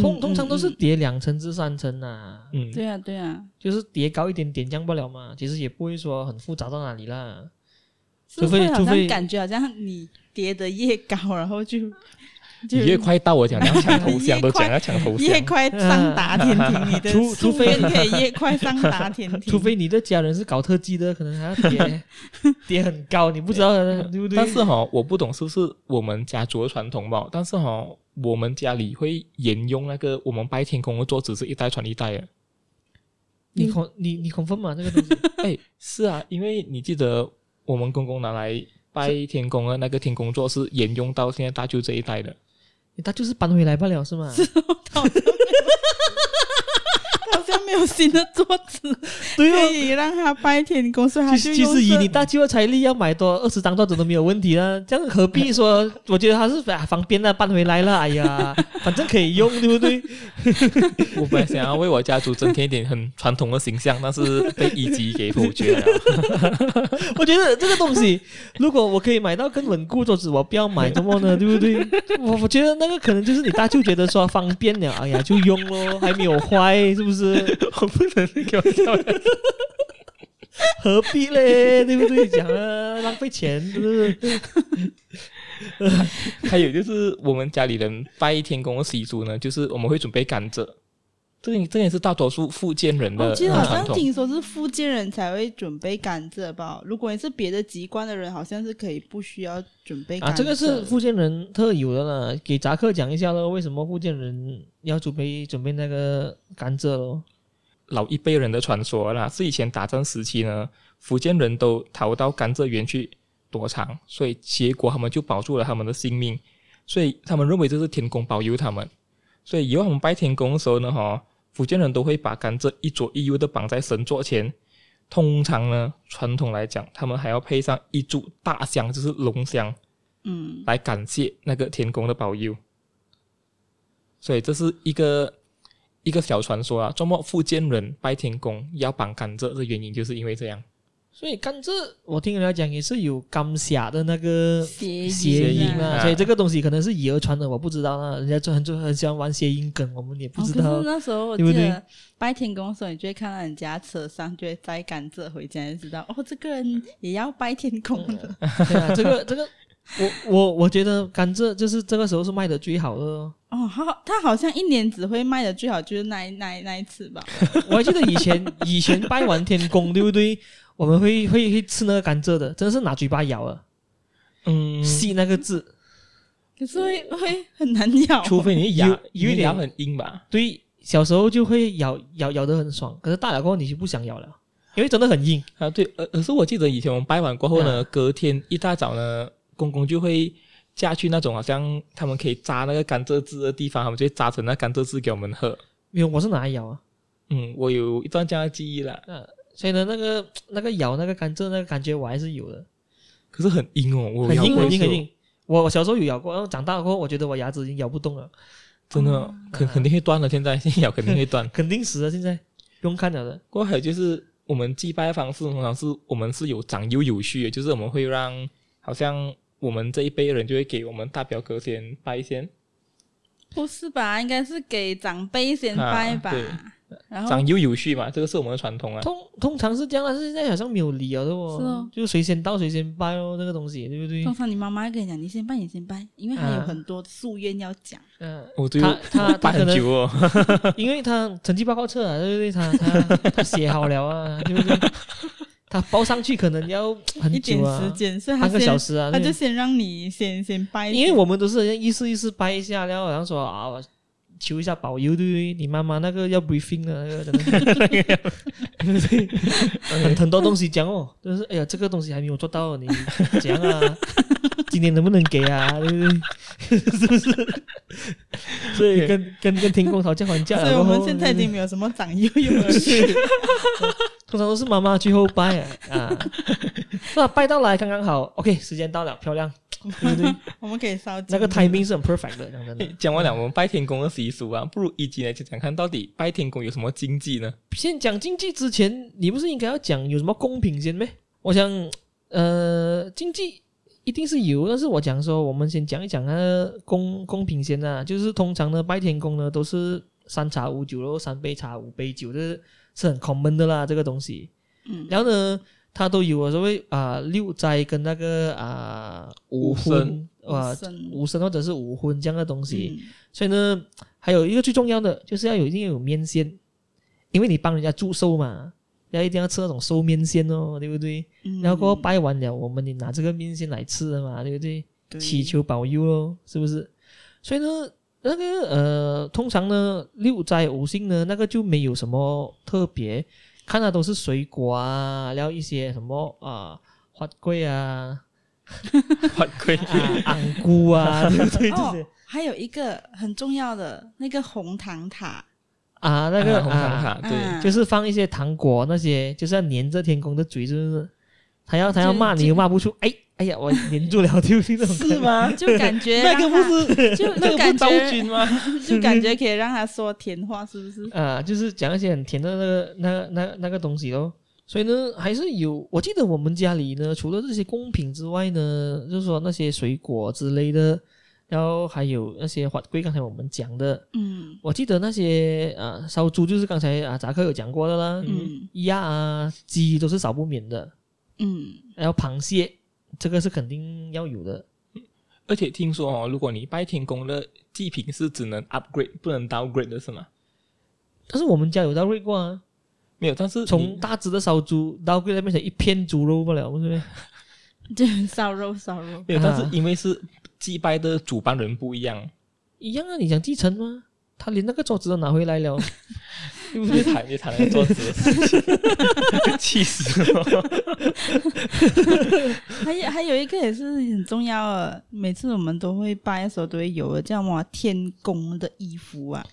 [SPEAKER 2] 通通常都是
[SPEAKER 3] 嗯嗯
[SPEAKER 2] 叠两层至三层呐、
[SPEAKER 1] 嗯，
[SPEAKER 3] 对啊，对啊，
[SPEAKER 2] 就是叠高一点点降不了嘛，其实也不会说很复杂到哪里啦。
[SPEAKER 3] 是
[SPEAKER 2] 除非
[SPEAKER 3] 会好
[SPEAKER 2] 除
[SPEAKER 3] 像
[SPEAKER 2] 非
[SPEAKER 3] 感觉好像你叠的越高，然后就就
[SPEAKER 1] 你越快到我讲你要抢头香，
[SPEAKER 3] 越快
[SPEAKER 1] 都讲要抢头
[SPEAKER 3] 越
[SPEAKER 1] 香。
[SPEAKER 3] 快 上达天庭，你的
[SPEAKER 2] 除除非
[SPEAKER 3] 夙愿可以越快上达天庭，
[SPEAKER 2] 除非你的家人是搞特技的，可能还要叠叠很高，你不知道的对不对？
[SPEAKER 1] 但是哈、我不懂是不是我们家族的传统吧？但是哈、我们家里会沿用那个我们拜天公的桌子是一代传一 代的。
[SPEAKER 2] 你恐你你恐分嘛这个东西，
[SPEAKER 1] 哎，是啊，因为你记得我们公公拿来拜天公的那个天公座是沿用到现在大舅这一代的。
[SPEAKER 2] 他就是搬回来不了是吗？
[SPEAKER 3] 好像没有新的桌子
[SPEAKER 2] 对
[SPEAKER 3] 可
[SPEAKER 2] 哦，
[SPEAKER 3] 以让他拜天公，所以他就
[SPEAKER 2] 其其
[SPEAKER 3] 用
[SPEAKER 2] 实以
[SPEAKER 3] 这
[SPEAKER 2] 你大舅的财力，要买多二十张桌子都没有问题啦，这样何必说？我觉得他是啊方便的搬回来了，哎呀，反正可以用，对不对？
[SPEAKER 1] 我本来想要为我家族增添一点很传统的形象，但是被一级给否决了。
[SPEAKER 2] 我觉得这个 东西，如果我可以买到更稳固桌子，我不要买，怎么呢？对不 对？我我觉得那个可能就是你大舅觉得说方便了，哎呀就用咯，还没有坏，是不是？
[SPEAKER 1] 我不能给我笑了。
[SPEAKER 2] 何必嘞？对不对？讲了浪费钱，是不 是？
[SPEAKER 1] 还有就是我们家里人拜天公的习俗呢，就是我们会准备甘蔗，这个这个也是大多数福建人
[SPEAKER 3] 我
[SPEAKER 1] 的
[SPEAKER 3] 记得哦好
[SPEAKER 1] 传
[SPEAKER 3] 像
[SPEAKER 1] 统。
[SPEAKER 3] 听说是福建人才会准备甘蔗吧？如果你是别的籍贯的人，好像是可以不需要准备甘
[SPEAKER 2] 啊，
[SPEAKER 3] 蔗。
[SPEAKER 2] 这个是福建人特有的啦，给扎克讲一下咯，为什么福建人要准备准备那个甘蔗咯？
[SPEAKER 1] 老一辈人的传说啦，是以前打仗时期呢，福建人都逃到甘蔗园去躲藏，所以结果他们就保住了他们的性命，所以他们认为这是天公保佑他们。所以以后我们拜天公的时候呢，哈，福建人都会把甘蔗一左一右的绑在神座前。通常呢，传统来讲，他们还要配上一炷大香，就是龙香，
[SPEAKER 3] 嗯，
[SPEAKER 1] 来感谢那个天公的保佑。所以这是一个一个小传说啊，周末福建人拜天公要绑甘蔗的原因就是因为这样。
[SPEAKER 2] 所以甘蔗，我听人家讲也是有甘霞的那个
[SPEAKER 3] 谐
[SPEAKER 2] 谐音
[SPEAKER 1] 音
[SPEAKER 2] 啊，嗯
[SPEAKER 1] 啊
[SPEAKER 2] 所以这个东西可能是以讹传的，我不知道啦。人家就很就很喜欢玩谐音梗，我们也不
[SPEAKER 3] 哦
[SPEAKER 2] 知
[SPEAKER 3] 可
[SPEAKER 2] 道
[SPEAKER 3] 是。那时候我
[SPEAKER 2] 对
[SPEAKER 3] 记
[SPEAKER 2] 不
[SPEAKER 3] 得拜天公的时候，你就会看到人家车上就会摘甘蔗回家，就知道哦，这个人也要拜天公的。
[SPEAKER 2] 对啊，这个这个，我我我觉得甘蔗就是这个时候是卖的最好的哦。
[SPEAKER 3] 哦，好，他好像一年只会卖的最好就是那一那一那一次吧。
[SPEAKER 2] 我还记得以前以前拜完天公，对不对？我们会会会吃那个甘蔗的，真的是拿嘴巴咬了，
[SPEAKER 1] 嗯
[SPEAKER 2] 吸那个字。
[SPEAKER 3] 可是会会很难咬，
[SPEAKER 1] 除非你牙
[SPEAKER 2] 有有一
[SPEAKER 1] 你牙
[SPEAKER 2] 点
[SPEAKER 1] 很硬吧，
[SPEAKER 2] 对，小时候就会咬咬咬得很爽，可是大了过后你就不想咬了，因为真的很硬。
[SPEAKER 1] 啊啊对，呃，可是我记得以前我们拜完过后呢，隔天一大早呢，公公就会嫁去那种好像他们可以榨那个甘蔗汁的地方，他们就会榨成那甘蔗汁给我们喝。
[SPEAKER 2] 没有，我是拿来咬啊。
[SPEAKER 1] 嗯，我有一段这样的记忆啦，
[SPEAKER 2] 所以呢，那个那个咬那个甘蔗那个感觉我还是有的，
[SPEAKER 1] 可是很硬哦，我有
[SPEAKER 2] 很
[SPEAKER 1] 咬
[SPEAKER 2] 硬
[SPEAKER 1] 过
[SPEAKER 2] 很
[SPEAKER 1] 一
[SPEAKER 2] 硬
[SPEAKER 1] 次
[SPEAKER 2] 很
[SPEAKER 1] 哦
[SPEAKER 2] 硬。我我小时候有咬过，然后长大过后，我觉得我牙齿已经咬不动了，
[SPEAKER 1] 真
[SPEAKER 2] 哦
[SPEAKER 1] 的
[SPEAKER 2] 嗯
[SPEAKER 1] 肯肯定会断了，现在现在咬肯定会 断。
[SPEAKER 2] 肯定死了。现在不用看了的。
[SPEAKER 1] 过后还有就是我们祭拜的方式，通常是我们是有长幼有序的，就是我们会让好像我们这一辈人就会给我们大表哥先拜先，
[SPEAKER 3] 不是吧？应该是给长辈先
[SPEAKER 1] 啊
[SPEAKER 3] 拜吧
[SPEAKER 1] 对。
[SPEAKER 2] 哦
[SPEAKER 3] 然后
[SPEAKER 1] 长幼有序嘛，这个是我们的传统啊。
[SPEAKER 2] 通通常是这样，但是现在好像没有理了的哦，
[SPEAKER 3] 是哦
[SPEAKER 2] 就谁先到谁先拜哦，这个东西对不对
[SPEAKER 3] 通？常你妈妈会跟你讲，你先拜，你先拜，因为还有
[SPEAKER 2] 啊
[SPEAKER 3] 很多夙愿要讲。
[SPEAKER 2] 嗯、
[SPEAKER 1] 我就
[SPEAKER 2] 他他
[SPEAKER 1] 拜
[SPEAKER 2] 他可
[SPEAKER 1] 很久
[SPEAKER 2] 能
[SPEAKER 1] 哦，
[SPEAKER 2] 因为他成绩报告册啊，对不对？他他他写好了啊，对不对？他包上去可能要很
[SPEAKER 3] 一点
[SPEAKER 2] 久啊，
[SPEAKER 3] 时间，所以他
[SPEAKER 2] 半个小
[SPEAKER 3] 先
[SPEAKER 2] 时啊，
[SPEAKER 3] 他
[SPEAKER 2] 对
[SPEAKER 3] 就先让你先先掰，
[SPEAKER 2] 因为我们都是好像一次一次掰一下，然后好像说啊，我求一下保佑，对不对？你妈妈那个要 briefing 的那个真的是， 对不对？很很多东西讲哦，就是哎呀，这个东西还没有做到，你怎样啊？ 今年能不能给啊？对不对？是不是？所以跟跟跟天公讨价还价了，
[SPEAKER 3] 所以我
[SPEAKER 2] 然
[SPEAKER 3] 们
[SPEAKER 2] 后
[SPEAKER 3] 现在已经没有什么长幼幼儿
[SPEAKER 2] 通常都是妈妈去后拜啊，啊， 那拜到来刚刚好，OK，时间到了，漂亮，对不对？
[SPEAKER 3] 我们可以烧
[SPEAKER 2] 那个
[SPEAKER 3] 金鱼
[SPEAKER 2] timing 是很 perfect 的，讲真的。
[SPEAKER 1] 讲完了我们拜天公的习俗啊，不如一集来讲讲看到底拜天公有什么禁忌 呢？
[SPEAKER 2] 先讲经济之前，你不是应该要讲有什么公平先咩？我想，呃，经济一定是有，但是我讲说，我们先讲一讲那个公公平先啊，就是通常呢，拜天公呢都是三茶五酒咯，三杯茶五杯酒，这是是很 common 的啦，这个东西。
[SPEAKER 3] 嗯，
[SPEAKER 2] 然后呢，它都有所谓啊、六斋跟那个啊、
[SPEAKER 1] 五
[SPEAKER 2] 婚啊
[SPEAKER 3] 无声
[SPEAKER 2] 五生或者是五婚这样的东西。
[SPEAKER 3] 嗯
[SPEAKER 2] 所以呢，还有一个最重要的就是要有一定要有面线，因为你帮人家祝寿嘛，要一定要吃那种寿面线哦，对不对？
[SPEAKER 3] 嗯
[SPEAKER 2] 然后过后拜完了，我们你拿这个面线来吃的嘛，对不对？
[SPEAKER 1] 嗯
[SPEAKER 3] 对
[SPEAKER 2] 祈求保佑咯，是不是？所以呢，那个呃，通常呢，六斋五星呢，那个就没有什么特别，看的都是水果啊，然后一些什么啊、花桂啊、
[SPEAKER 1] 犯规
[SPEAKER 2] 啊昂菇啊，对不对？这些
[SPEAKER 3] 哦，还有一个很重要的那个红糖塔，
[SPEAKER 2] 啊，那个
[SPEAKER 1] 啊红糖
[SPEAKER 2] 啊
[SPEAKER 1] 卡，对，
[SPEAKER 3] 啊
[SPEAKER 2] 就是放一些糖果那些，就是要粘着天公的嘴，就是他要他要
[SPEAKER 3] 哦就
[SPEAKER 2] 骂你
[SPEAKER 3] 就
[SPEAKER 2] 又骂不出，哎哎呀，我粘住了，对不对？这种
[SPEAKER 3] 是吗？就 感觉
[SPEAKER 1] 那个
[SPEAKER 3] 让
[SPEAKER 1] 不
[SPEAKER 3] 他
[SPEAKER 1] 是
[SPEAKER 3] 就
[SPEAKER 1] 那个不
[SPEAKER 3] 就
[SPEAKER 1] 是
[SPEAKER 3] 感
[SPEAKER 1] 昭
[SPEAKER 3] 觉
[SPEAKER 1] 君吗？
[SPEAKER 3] 就感觉可以让他说甜话，是不是？
[SPEAKER 2] 啊，就是讲一些很甜的那个那那那个东西咯。所以呢，还是有。我记得我们家里呢，除了这些贡品之外呢，就是说那些水果之类的，然后还有那些花龟，刚才我们讲的，
[SPEAKER 3] 嗯
[SPEAKER 2] 我记得那些啊烧猪，就是刚才啊扎克有讲过的啦，
[SPEAKER 3] 嗯
[SPEAKER 2] 鸭啊鸡都是少不免的。
[SPEAKER 3] 嗯，
[SPEAKER 2] 还有螃蟹，这个是肯定要有的。
[SPEAKER 1] 而且听说哦，如果你拜天公的祭品是只能 upgrade 不能 downgrade 的是吗？
[SPEAKER 2] 但是我们家有到瑞过啊，
[SPEAKER 1] 没有，但是你
[SPEAKER 2] 从大只的烧猪到贵那变成一片猪肉不了，不是？
[SPEAKER 3] 就烧肉烧肉，
[SPEAKER 1] 没有，但是
[SPEAKER 2] 啊
[SPEAKER 1] 因为是祭拜的主办人不一样，
[SPEAKER 2] 一样啊，你想继承吗？他连那个桌子都拿回来了，
[SPEAKER 1] 因为谈也谈了桌子的事情， 气死我！
[SPEAKER 3] 还有还有一个也是很重要的，每次我们都会拜的时候都会有的，叫什么天宫的衣服啊，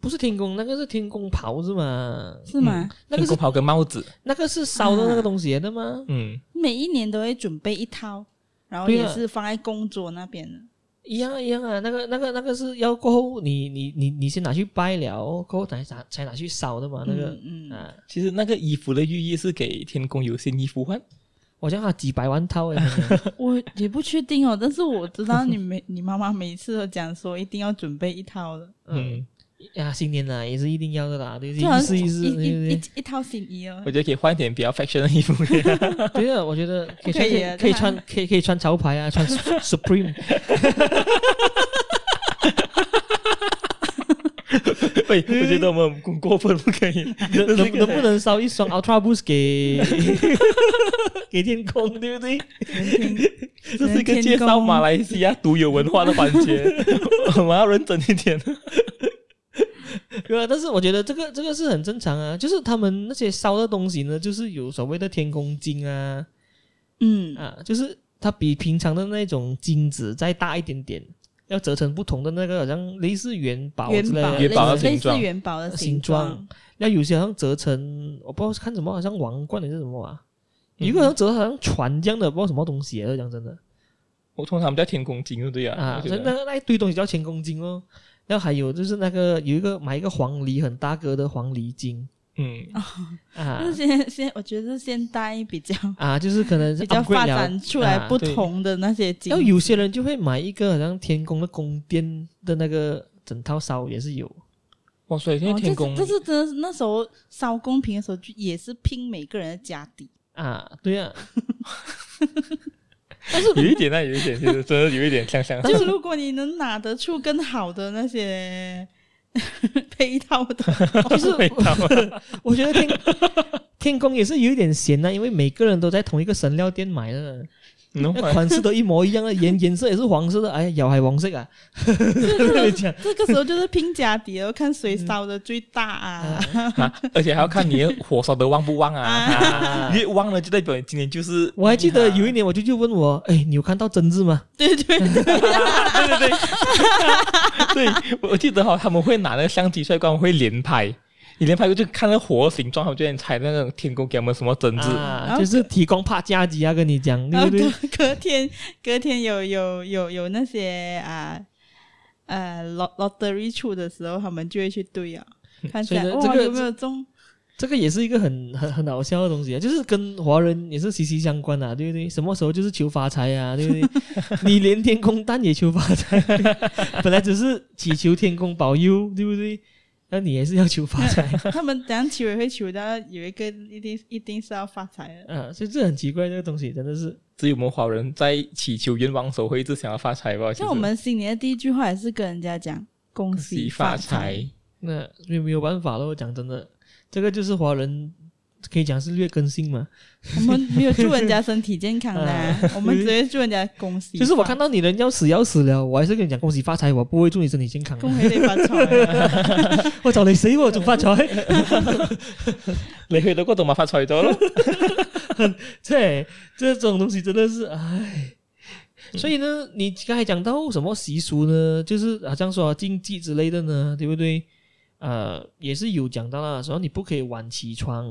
[SPEAKER 2] 不是天宫，那个是天宫袍是吗？
[SPEAKER 3] 是吗？
[SPEAKER 2] 那个
[SPEAKER 1] 天公
[SPEAKER 2] 是
[SPEAKER 1] 袍跟帽子，
[SPEAKER 2] 那个是烧的那个东西来的吗？
[SPEAKER 1] 嗯，
[SPEAKER 3] 每一年都会准备一套，然后
[SPEAKER 2] 对
[SPEAKER 3] 也
[SPEAKER 2] 啊
[SPEAKER 3] 是放在工作那边的。
[SPEAKER 2] 一样啊一样啊，那个那个那个是要过后你你你你先拿去掰了，过后才拿才拿去烧的嘛，那个、
[SPEAKER 3] 嗯嗯，
[SPEAKER 2] 啊，
[SPEAKER 1] 其实那个衣服的寓意是给天公有新衣服换，
[SPEAKER 2] 我叫他几百万套哎、真的
[SPEAKER 3] 我也不确定哦，但是我知道你每 你妈妈每一次都讲说一定要准备一套的，
[SPEAKER 2] 嗯
[SPEAKER 1] 嗯，
[SPEAKER 2] 呀，新年啊啦也是一定要的啦，对不
[SPEAKER 3] 就
[SPEAKER 2] 对？
[SPEAKER 3] 好像
[SPEAKER 2] 试一试，
[SPEAKER 3] 一
[SPEAKER 2] 对不
[SPEAKER 3] 一
[SPEAKER 2] 对
[SPEAKER 3] 一？一套新衣哦
[SPEAKER 1] 我。觉得可以换一点比较 fashion 的衣服 给他。
[SPEAKER 2] 对 啊，我觉得可以
[SPEAKER 3] 可
[SPEAKER 2] 穿，
[SPEAKER 3] 以啊
[SPEAKER 2] 可以
[SPEAKER 3] 这样
[SPEAKER 2] 穿，可以可以穿潮牌 啊，穿 Supreme。
[SPEAKER 1] 喂，我觉得我们很过分，不可以。
[SPEAKER 2] 能能能不能烧一双 Ultra Boost 给 给天空，对不对？
[SPEAKER 3] 天
[SPEAKER 1] 这是一个介绍马来西亚独有文化的环节， 我们要认真一点。
[SPEAKER 2] 对啊，但是我觉得这个这个是很正常啊，就是他们那些烧的东西呢，就是有所谓的天空金啊
[SPEAKER 3] 嗯，
[SPEAKER 2] 啊，就是它比平常的那种金子再大一点点，要折成不同的那个，好像类似元宝
[SPEAKER 3] 元
[SPEAKER 2] 之类
[SPEAKER 3] 宝
[SPEAKER 2] 的，
[SPEAKER 1] 元宝的
[SPEAKER 3] 类似类
[SPEAKER 1] 形状
[SPEAKER 3] 似元宝的
[SPEAKER 2] 形
[SPEAKER 3] 状
[SPEAKER 2] 状，那有些好像折成，我不知道是看什么，好像王冠还是什么啊？有一
[SPEAKER 3] 嗯
[SPEAKER 2] 个好像折得好像船这样的，不知道什么东西来的。讲真的
[SPEAKER 1] 我通常叫天空金，对不对
[SPEAKER 2] 啊，
[SPEAKER 1] 我觉
[SPEAKER 2] 所以
[SPEAKER 1] 得
[SPEAKER 2] 那那一堆东西叫千公斤哦。然后还有就是那个有一个买一个黄梨很大个的黄梨精
[SPEAKER 1] 嗯，
[SPEAKER 2] 啊
[SPEAKER 3] 就是现在现在我觉得现代比较
[SPEAKER 2] 啊，就是可能是
[SPEAKER 3] 比较
[SPEAKER 2] upgrade
[SPEAKER 3] 发
[SPEAKER 2] 了
[SPEAKER 3] 展出来
[SPEAKER 2] 啊
[SPEAKER 3] 不
[SPEAKER 1] 对
[SPEAKER 3] 同的那些景
[SPEAKER 2] 然后有些人就会买一个好像天宫的宫殿的那个整套烧也是有
[SPEAKER 1] 哇塞，现
[SPEAKER 3] 哦
[SPEAKER 1] 在天空
[SPEAKER 3] 这是这是真的是那时候烧公平的时候，就也是拼每个人的家底。
[SPEAKER 2] 啊，对啊，
[SPEAKER 1] 有一点啊，有一点，其实真的有一点像 像。
[SPEAKER 3] 就是如果你能拿得出更好的那些 配 套的，
[SPEAKER 2] 就是
[SPEAKER 1] 味道啊
[SPEAKER 2] 我觉得天天宫也是有一点咸呐、因为每个人都在同一个神料店买的，
[SPEAKER 1] 嗯
[SPEAKER 2] 那款式都一模一样的，啊颜颜色也是黄色的，哎呀，又系黄色啊，跟你讲
[SPEAKER 3] 这个时候就是拼家底了，看谁烧的最大啊！
[SPEAKER 2] 嗯
[SPEAKER 1] 啊而且还要看你的火烧得旺不旺啊，
[SPEAKER 2] 啊
[SPEAKER 1] 啊越旺了就代表 你今年就是。
[SPEAKER 2] 我还记得有一年我舅舅问我，哎，你有看到真字吗？
[SPEAKER 3] 对对
[SPEAKER 2] 嗯
[SPEAKER 3] 对，
[SPEAKER 1] 对对对， 对我我记得哈，他们会拿那个相机出来，他们会连拍。你连拍过去看那火的形状，他们就在猜那种天宫给他们什么真字。
[SPEAKER 2] 啊，就是提供帕加吉啊，跟你讲，
[SPEAKER 3] 然
[SPEAKER 2] 对
[SPEAKER 3] 后
[SPEAKER 2] 不对？
[SPEAKER 3] 隔隔天隔天有有有有那些啊呃 lot lottery 出的时候，他们就会去对啊，看起来
[SPEAKER 2] 嗯所以呢
[SPEAKER 3] 哇、
[SPEAKER 2] 这个
[SPEAKER 3] 有没有 中。
[SPEAKER 2] 这个也是一个很很很好笑的东西啊，就是跟华人也是息息相关的、啊，对不对？什么时候就是求发财啊，对不对？你连天空蛋也求发财， 本来只是祈求天公保佑，对不对？那你也是要求发财，
[SPEAKER 3] 他们怎样求也会求到有一个一定一定是要发财的。
[SPEAKER 2] 啊，所以这很奇怪，这个东西真的是
[SPEAKER 1] 只有我们华人在祈求愿望的时候，会一直想要发财吧？其实
[SPEAKER 3] 像我们新年的第一句话也是跟人家讲“恭
[SPEAKER 1] 恭喜
[SPEAKER 3] 发
[SPEAKER 1] 发财，
[SPEAKER 2] 那没没有办法了。讲真的，这个就是华人可以讲是劣根性嘛。”，
[SPEAKER 3] 我们没有祝人家身体健康的啊、 我们只会祝人家恭喜发。
[SPEAKER 2] 就是我看到你人要死要死了，我还是跟你讲恭喜发财，我不会祝你身体健康啊、
[SPEAKER 3] 恭喜你发财，
[SPEAKER 2] 我找你死我仲发财。
[SPEAKER 1] 你去到嗰度咪發財咗咯。
[SPEAKER 2] 对，这种东西真的是唉。
[SPEAKER 3] 嗯
[SPEAKER 2] 所以呢，你刚才讲到什么习俗呢？就是好像说禁忌之类的呢，对不对？呃，也是有讲到啦，说你不可以晚起床。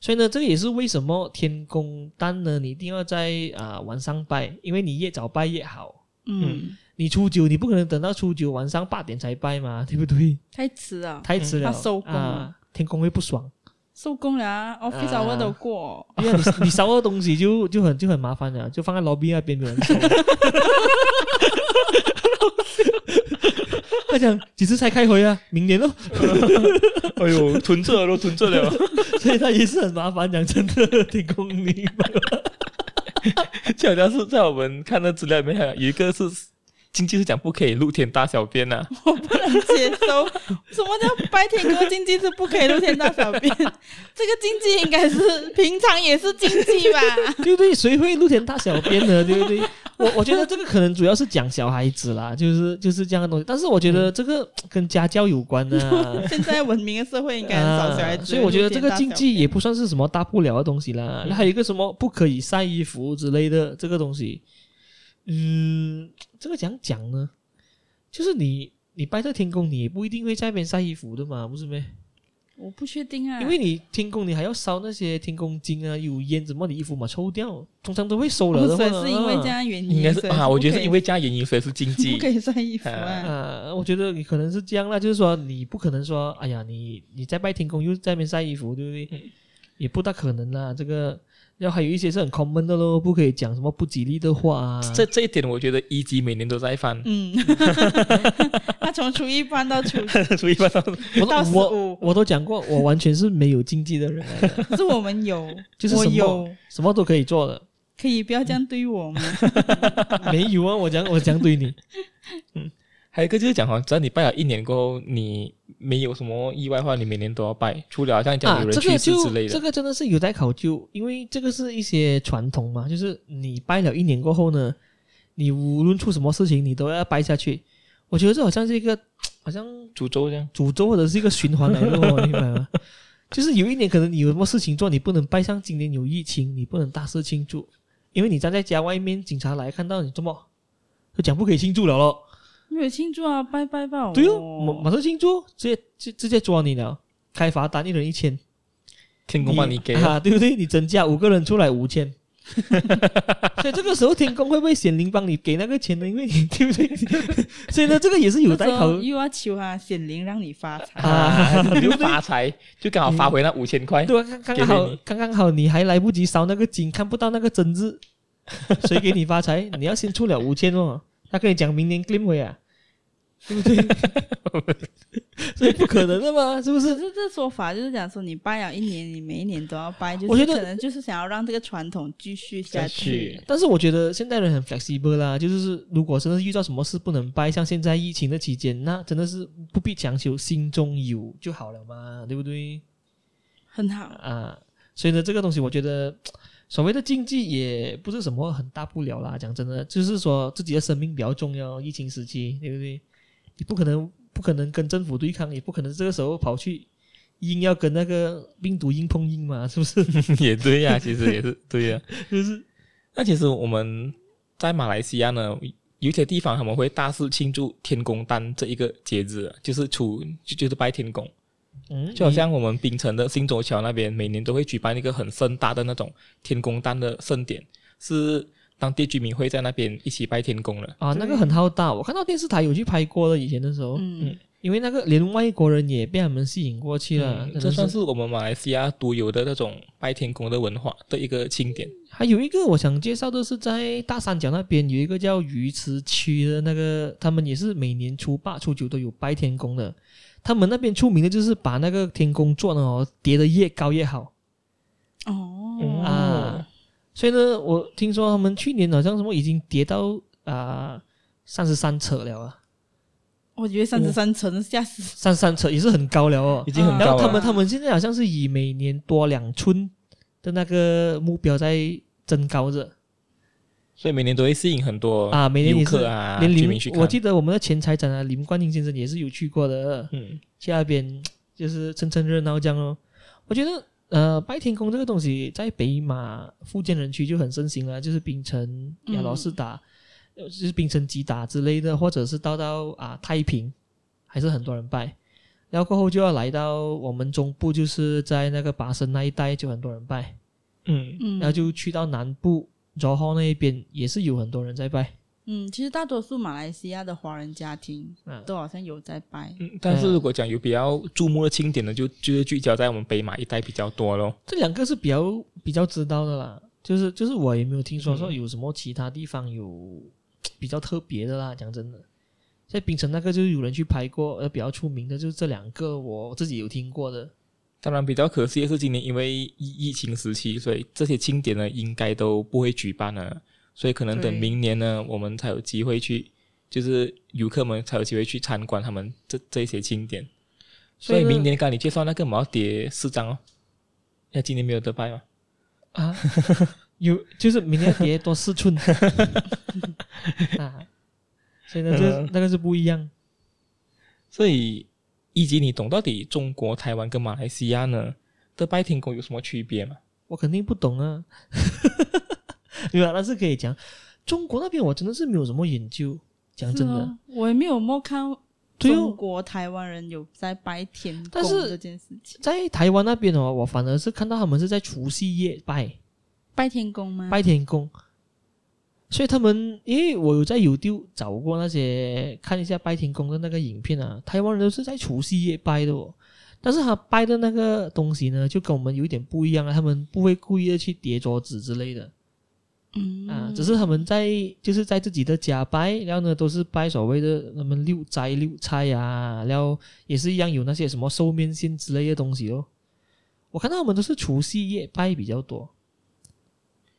[SPEAKER 2] 所以呢，这个也是为什么天公诞呢，你一定要在啊、晚上拜，因为你越早拜越好。
[SPEAKER 3] 嗯，
[SPEAKER 2] 你初九，你不可能等到初九晚上八点才拜嘛，对不对？
[SPEAKER 3] 太迟啊了，
[SPEAKER 2] 太
[SPEAKER 1] 嗯
[SPEAKER 2] 迟了，
[SPEAKER 3] 他嗯收工
[SPEAKER 2] 啊，天公会不爽。
[SPEAKER 3] 收工了啊，office
[SPEAKER 2] 啊
[SPEAKER 3] hour 都过，
[SPEAKER 2] 因 为你你烧的东西就 就很就很麻烦了，就放在 lobby 那边没有人收。 他讲几次才开回啊？明年咯，
[SPEAKER 1] 哎呦，囤着咯，囤着了，
[SPEAKER 2] 所以他也是很麻烦。讲真的，天公你
[SPEAKER 1] 就好像是在我们看的资料里面，有一个是经济是讲不可以露天大小便啊呐、
[SPEAKER 3] 我不能接受。什么叫白天哥经济是不可以露天大小便？这 个经济应该是平常也是经济吧？
[SPEAKER 2] 对不对？谁会露天大小便呢？对不对？我我觉得这个可能主要是讲小孩子啦，就是就是这样的东西。但是我觉得这个跟家教有关啊呢、
[SPEAKER 3] 现在文明的社会应该很少小孩嗯子、
[SPEAKER 2] 啊所以我觉得这个禁忌也不算是什么大不了的东西啦。那还有一个什么不可以晒衣服之类的这个东西，嗯，这个讲讲呢，就是你你拜这天公，你也不一定会在那边晒衣服的嘛，不是咩？
[SPEAKER 3] 我不确定啊，
[SPEAKER 2] 因为你天公你还要烧那些天公金啊、有烟什么，你衣服嘛抽掉，通常都会收了的
[SPEAKER 3] 所
[SPEAKER 2] 话
[SPEAKER 3] 以
[SPEAKER 2] 呢
[SPEAKER 3] 哦是因为这。样原因，
[SPEAKER 1] 应该是
[SPEAKER 3] 所以
[SPEAKER 1] 啊，我觉得
[SPEAKER 3] 不可
[SPEAKER 1] 是
[SPEAKER 3] 以
[SPEAKER 1] 因为加原因，所以是经
[SPEAKER 3] 不
[SPEAKER 1] 济。
[SPEAKER 3] 可以晒衣服
[SPEAKER 2] 啊
[SPEAKER 3] 啊。，
[SPEAKER 2] 呃，我觉得你可能是这样啦，就是说你不可能说，哎呀，你你在拜天公又在那边晒衣服，对不对？也不大可能啦。这个，然后还有一些是很 common 的咯，不可以讲什么不吉利的话啊。
[SPEAKER 1] 这这一点，我觉得一级每年都在翻
[SPEAKER 3] 嗯，他从初一搬到初
[SPEAKER 1] 所以翻到
[SPEAKER 2] 我
[SPEAKER 3] 到
[SPEAKER 2] 都
[SPEAKER 3] 十
[SPEAKER 2] 我
[SPEAKER 3] 五，
[SPEAKER 2] 我都讲过，我完全是没有禁忌的人来的，
[SPEAKER 3] 可是我 们有，
[SPEAKER 2] 就是
[SPEAKER 3] 我
[SPEAKER 2] 什么
[SPEAKER 3] 有，
[SPEAKER 2] 什么都可以做的。
[SPEAKER 3] 可以不要这样对我
[SPEAKER 2] 嗯
[SPEAKER 3] 吗？
[SPEAKER 2] 没有啊，我讲我讲 对你，
[SPEAKER 1] 还有一个就是讲哦，只要你拜了一年过后，你没有什么意外的话，你每年都要拜，除了好像讲
[SPEAKER 2] 啊
[SPEAKER 1] 有，人
[SPEAKER 2] 这
[SPEAKER 1] 去
[SPEAKER 2] 个
[SPEAKER 1] 世之
[SPEAKER 2] 就
[SPEAKER 1] 类的。
[SPEAKER 2] 这个真的是有待考究，因为这个是一些传统嘛，就是你拜了一年过后呢，你无论出什么事情，你都要拜下去。我觉得这好像是一个好像
[SPEAKER 1] 诅咒这样，
[SPEAKER 2] 诅咒或者是一个循环来的哦，明白吗？就是有一年可能你有什么事情做，你不能拜，像今年有疫情，你不能大肆庆祝，因为你站在家外面，警察来看到你，怎么就讲不可以庆祝了咯？
[SPEAKER 3] 没有庆祝啊，拜拜吧。
[SPEAKER 2] 对哦，马
[SPEAKER 3] 哦，
[SPEAKER 2] 马上庆祝，直接直直接抓你了，开罚单，一人一千。
[SPEAKER 1] 天公帮你给了，
[SPEAKER 2] 啊，对不对？你增加五个人出来五千， 所以这个时候天公会不会显灵帮你给那个钱呢？因为你对不对？ 所以呢，这个也是有待
[SPEAKER 3] 这时
[SPEAKER 2] 考
[SPEAKER 3] 候
[SPEAKER 2] 虑。
[SPEAKER 3] 又要求他显灵让你发财。
[SPEAKER 1] 啊， 你就发财，就刚好发回那五千块。
[SPEAKER 2] 对啊，
[SPEAKER 1] 哎
[SPEAKER 2] 刚
[SPEAKER 1] 给
[SPEAKER 2] 刚好
[SPEAKER 1] 你，
[SPEAKER 2] 刚刚好，你还来不及烧那个金，看不到那个 真字，谁给你发财？你要先出了五千哦，他跟你讲明年 claim 回啊，对不对？ 所以不可能的嘛，是不
[SPEAKER 3] 可
[SPEAKER 2] 是？
[SPEAKER 3] 是这说法就是讲说，你拜啊了一年，你每一年都要拜，就是
[SPEAKER 2] 我觉得
[SPEAKER 3] 可能就是想要让这个传统继续
[SPEAKER 1] 下
[SPEAKER 3] 下
[SPEAKER 1] 去。
[SPEAKER 2] 但是我觉得现代人很 flexible 啦，就是如果真的遇到什么事不能掰，像现在疫情的期间，那真的是不必强求，心中有就好了嘛，对不对？
[SPEAKER 3] 很好。
[SPEAKER 2] 啊，所以呢，这个东西我觉得所谓的禁忌也不是什么很大不了啦。讲真的，就是说自己的生命比较重要，疫情时期，对不对？你不可能不可能跟政府对抗，也不可能这个时候跑去硬要跟那个病毒硬碰硬嘛，是 不 是？
[SPEAKER 1] 也对呀、其实也是对呀、
[SPEAKER 2] 就是
[SPEAKER 1] 那其实我们在马来西亚呢，有些地方他们会大肆庆祝天公诞这一个节日，就是除就就是拜天公，
[SPEAKER 2] 嗯，
[SPEAKER 1] 就好像我们槟城的新洲桥那边，每年都会举办一个很盛大的那种天公诞的盛典，是当地居民会在那边一起拜天公了。
[SPEAKER 2] 啊，那个很浩大，我看到电视台有去拍过了，以前的时候，
[SPEAKER 3] 嗯，
[SPEAKER 2] 因为那个连外国人也被他们吸引过去了，
[SPEAKER 1] 嗯
[SPEAKER 2] 啊真
[SPEAKER 1] 这
[SPEAKER 2] 的
[SPEAKER 1] 算
[SPEAKER 2] 是。
[SPEAKER 1] 是我们马来西亚独有的那种拜天公的文化的一个庆典。
[SPEAKER 2] 还有一个我想介绍的是，在大三角那边有一个叫鱼池区的那个，他们也是每年初八、初九都有拜天公的。他们那边出名的就是把那个天公座呢哦叠得越高越好。
[SPEAKER 1] 嗯
[SPEAKER 3] 哦，
[SPEAKER 2] 啊，所以呢，我听说他们去年好像什么已经叠到啊三十三尺了啊，
[SPEAKER 3] 我觉得三十三层吓死。
[SPEAKER 2] 三十三尺也是很高了哦
[SPEAKER 1] 已。经很
[SPEAKER 2] 然
[SPEAKER 1] 高啊
[SPEAKER 2] 后
[SPEAKER 1] 了。
[SPEAKER 2] 他们他们现在好像是以每年多两寸的那个目标在增高着
[SPEAKER 1] 所以每年都会吸引很多
[SPEAKER 2] 啊，每年
[SPEAKER 1] 游
[SPEAKER 2] 也是
[SPEAKER 1] 客啊、
[SPEAKER 2] 连
[SPEAKER 1] 居
[SPEAKER 2] 林
[SPEAKER 1] 民去，看。
[SPEAKER 2] 我记得我们的前财长啊林冠英先生也是有去过的，
[SPEAKER 1] 嗯，
[SPEAKER 2] 去那边就是蹭蹭热闹这样哦。我觉得呃，拜天公这个东西在北马福建人区就很盛行了，就是槟城、亚罗士打，呃就是槟城吉打之类的，或者是到到啊太平，还是很多人拜。然后过后就要来到我们中部，就是在那个巴生那一带就很多人拜，
[SPEAKER 1] 嗯，
[SPEAKER 3] 嗯
[SPEAKER 2] 然后就去到南部柔后那一边也是有很多人在拜。
[SPEAKER 3] 嗯，其实大多数马来西亚的华人家庭
[SPEAKER 2] 嗯
[SPEAKER 3] 都好像有在拜。
[SPEAKER 1] 嗯，但是如果讲有比较注目的庆典呢，就就是聚焦在我们北马一带比较多咯。
[SPEAKER 2] 这两个是比较比较知道的啦，就是就是我也没有听说说
[SPEAKER 1] 嗯
[SPEAKER 2] 有什么其他地方有比较特别的啦。讲真的，在槟城那个就是有人去拍过，呃，比较出名的就是这两个，我自己有听过的。
[SPEAKER 1] 当然，比较可惜的是，今年因为疫疫情时期，所以这些庆典呢应该都不会举办了，所以可能等
[SPEAKER 3] 对
[SPEAKER 1] 明年呢，我们才有机会去，就是游客们才有机会去参观他们这这些庆典。所以
[SPEAKER 2] 所以呢
[SPEAKER 1] 明年刚才你介绍那个毛蝶四张哦，那今年没有得拜吗？
[SPEAKER 2] 啊，有就是明年别多 四寸 啊，所以呢，这
[SPEAKER 1] 嗯
[SPEAKER 2] 那个是不一样。
[SPEAKER 1] 所以，以及你懂到底中国、台湾跟马来西亚呢的拜天公有什么区别吗？
[SPEAKER 2] 我肯定不懂啊。 没有啊，但是可以讲，中国那边我真的是没有什么研究，讲真的。
[SPEAKER 1] 啊
[SPEAKER 3] 是哦，我也没有没看
[SPEAKER 2] 对哦
[SPEAKER 3] 中国台湾人有在拜天公
[SPEAKER 2] 但是
[SPEAKER 3] 这件事情。
[SPEAKER 2] 在台湾那边哦，我反而是看到他们是在除夕夜拜
[SPEAKER 3] 拜天公吗？
[SPEAKER 2] 拜天公，所以他们因为我有在有丢找过那些看一下拜天公的那个影片啊，台湾人都是在除夕夜拜的哦，但是他拜的那个东西呢，就跟我们有一点不一样啊，他们不会故意的去叠桌子之类的
[SPEAKER 3] 嗯
[SPEAKER 2] 啊，只是他们在就是在自己的家拜，然后呢都是拜所谓的他们六斋六菜啊，然后也是一样有那些什么寿面线之类的东西哦。我看到他们都是除夕夜拜比较多，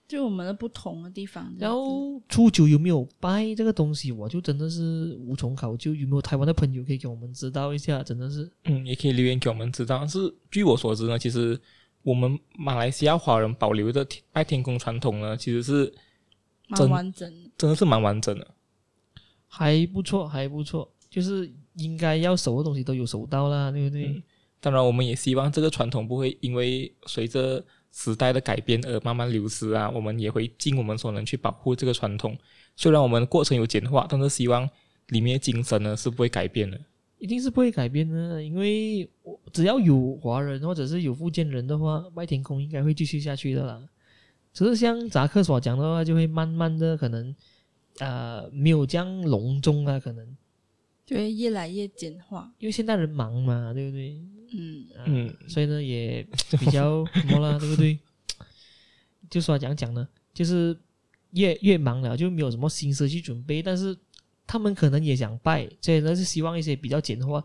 [SPEAKER 3] 就我们的不同的地方。
[SPEAKER 2] 然后初九有没有拜这个东西，我就真的是无从考究。有没有台湾的朋友可以给我们知道一下？真的是
[SPEAKER 1] 嗯，也可以留言给我们知道。但是据我所知呢，其实我们马来西亚华人保留的天拜天公传统呢，其实是
[SPEAKER 3] 蛮完整的，
[SPEAKER 1] 真的是蛮完整的。
[SPEAKER 2] 还不错，还不错，就是应该要熟的东西都有熟到啦，对不对？
[SPEAKER 1] 当然，我们也希望这个传统不会因为随着时代的改变而慢慢流失啊，我们也会尽我们所能去保护这个传统。虽然我们过程有简化，但是希望里面的精神呢是不会改变的。
[SPEAKER 2] 一定是不会改变的，因为我只要有华人或者是有福建人的话，拜天空应该会继续下去的啦。只是像扎克所讲的话，就会慢慢的可能，呃，没有这样隆重啊，可能
[SPEAKER 3] 就会越来越简化。
[SPEAKER 2] 因为现代人忙嘛，对不对？
[SPEAKER 3] 嗯，
[SPEAKER 2] 啊、
[SPEAKER 1] 嗯，
[SPEAKER 2] 所以呢也比较什么啦，对不对？就说讲讲呢，就是越越忙了，就没有什么心思去准备。但是他们可能也想拜，所以呢是希望一些比较简化。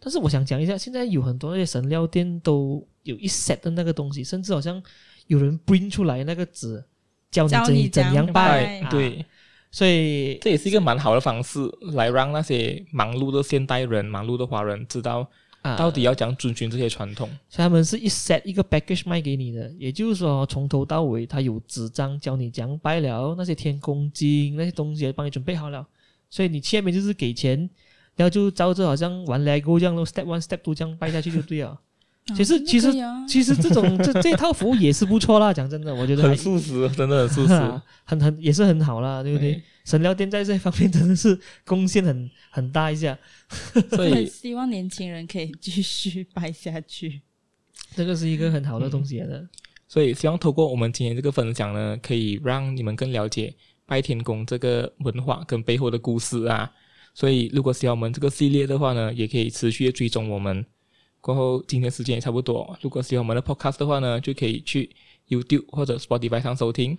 [SPEAKER 2] 但是我想讲一下，现在有很多那些神料店都有一 set 的那个东西，甚至好像有人 print 出来那个纸，教你
[SPEAKER 3] 教
[SPEAKER 2] 怎
[SPEAKER 3] 你
[SPEAKER 2] 怎
[SPEAKER 3] 怎
[SPEAKER 2] 样
[SPEAKER 3] 样
[SPEAKER 2] 拜。
[SPEAKER 3] 拜
[SPEAKER 2] 啊
[SPEAKER 1] 对，
[SPEAKER 2] 所以
[SPEAKER 1] 这也是一个蛮好的方式，来让那些忙碌的现代人、忙碌的华人知道
[SPEAKER 2] 啊，
[SPEAKER 1] 到底要讲遵循这些传统。
[SPEAKER 2] 所以他们是一 set 一个 package 卖给你的，也就是说从头到尾，他有纸张教你讲白了那些天公经那些东西，帮你准备好了。所以你去那边就是给钱，然后就照着好像玩 LEGO 这样咯，step one step two 这样掰下去就对了。其实
[SPEAKER 3] 啊
[SPEAKER 2] 其实
[SPEAKER 3] 可以啊
[SPEAKER 2] 其实这种这这套服务也是不错啦，讲真的，我觉得还
[SPEAKER 1] 很素食，真的很素食嗯
[SPEAKER 2] 啊，很很也是很好啦，对不对？神聊天在这方面真的是贡献很很大一下。
[SPEAKER 1] 对所
[SPEAKER 3] 很
[SPEAKER 1] 以
[SPEAKER 3] 希望年轻人可以继续拜下去。
[SPEAKER 2] 这个是一个很好的东西来的。
[SPEAKER 1] 所以希望透过我们今天这个分享呢，可以让你们更了解拜天公这个文化跟背后的故事啊。所以如果喜欢我们这个系列的话呢，也可以持续的追踪我们。过后今天时间也差不多，如果喜欢我们的 podcast 的话呢，就可以去 YouTube 或者 Spotify 上收听。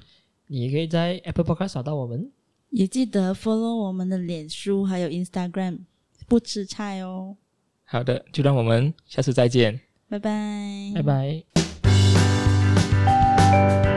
[SPEAKER 2] 你也可以在 Apple Podcast 找到我们。
[SPEAKER 3] 也记得 follow 我们的脸书还有 Instagram，不吃菜哦，
[SPEAKER 1] 好的，就让我
[SPEAKER 3] 嗯
[SPEAKER 1] 们下次再见。
[SPEAKER 3] 拜拜，
[SPEAKER 2] 拜拜。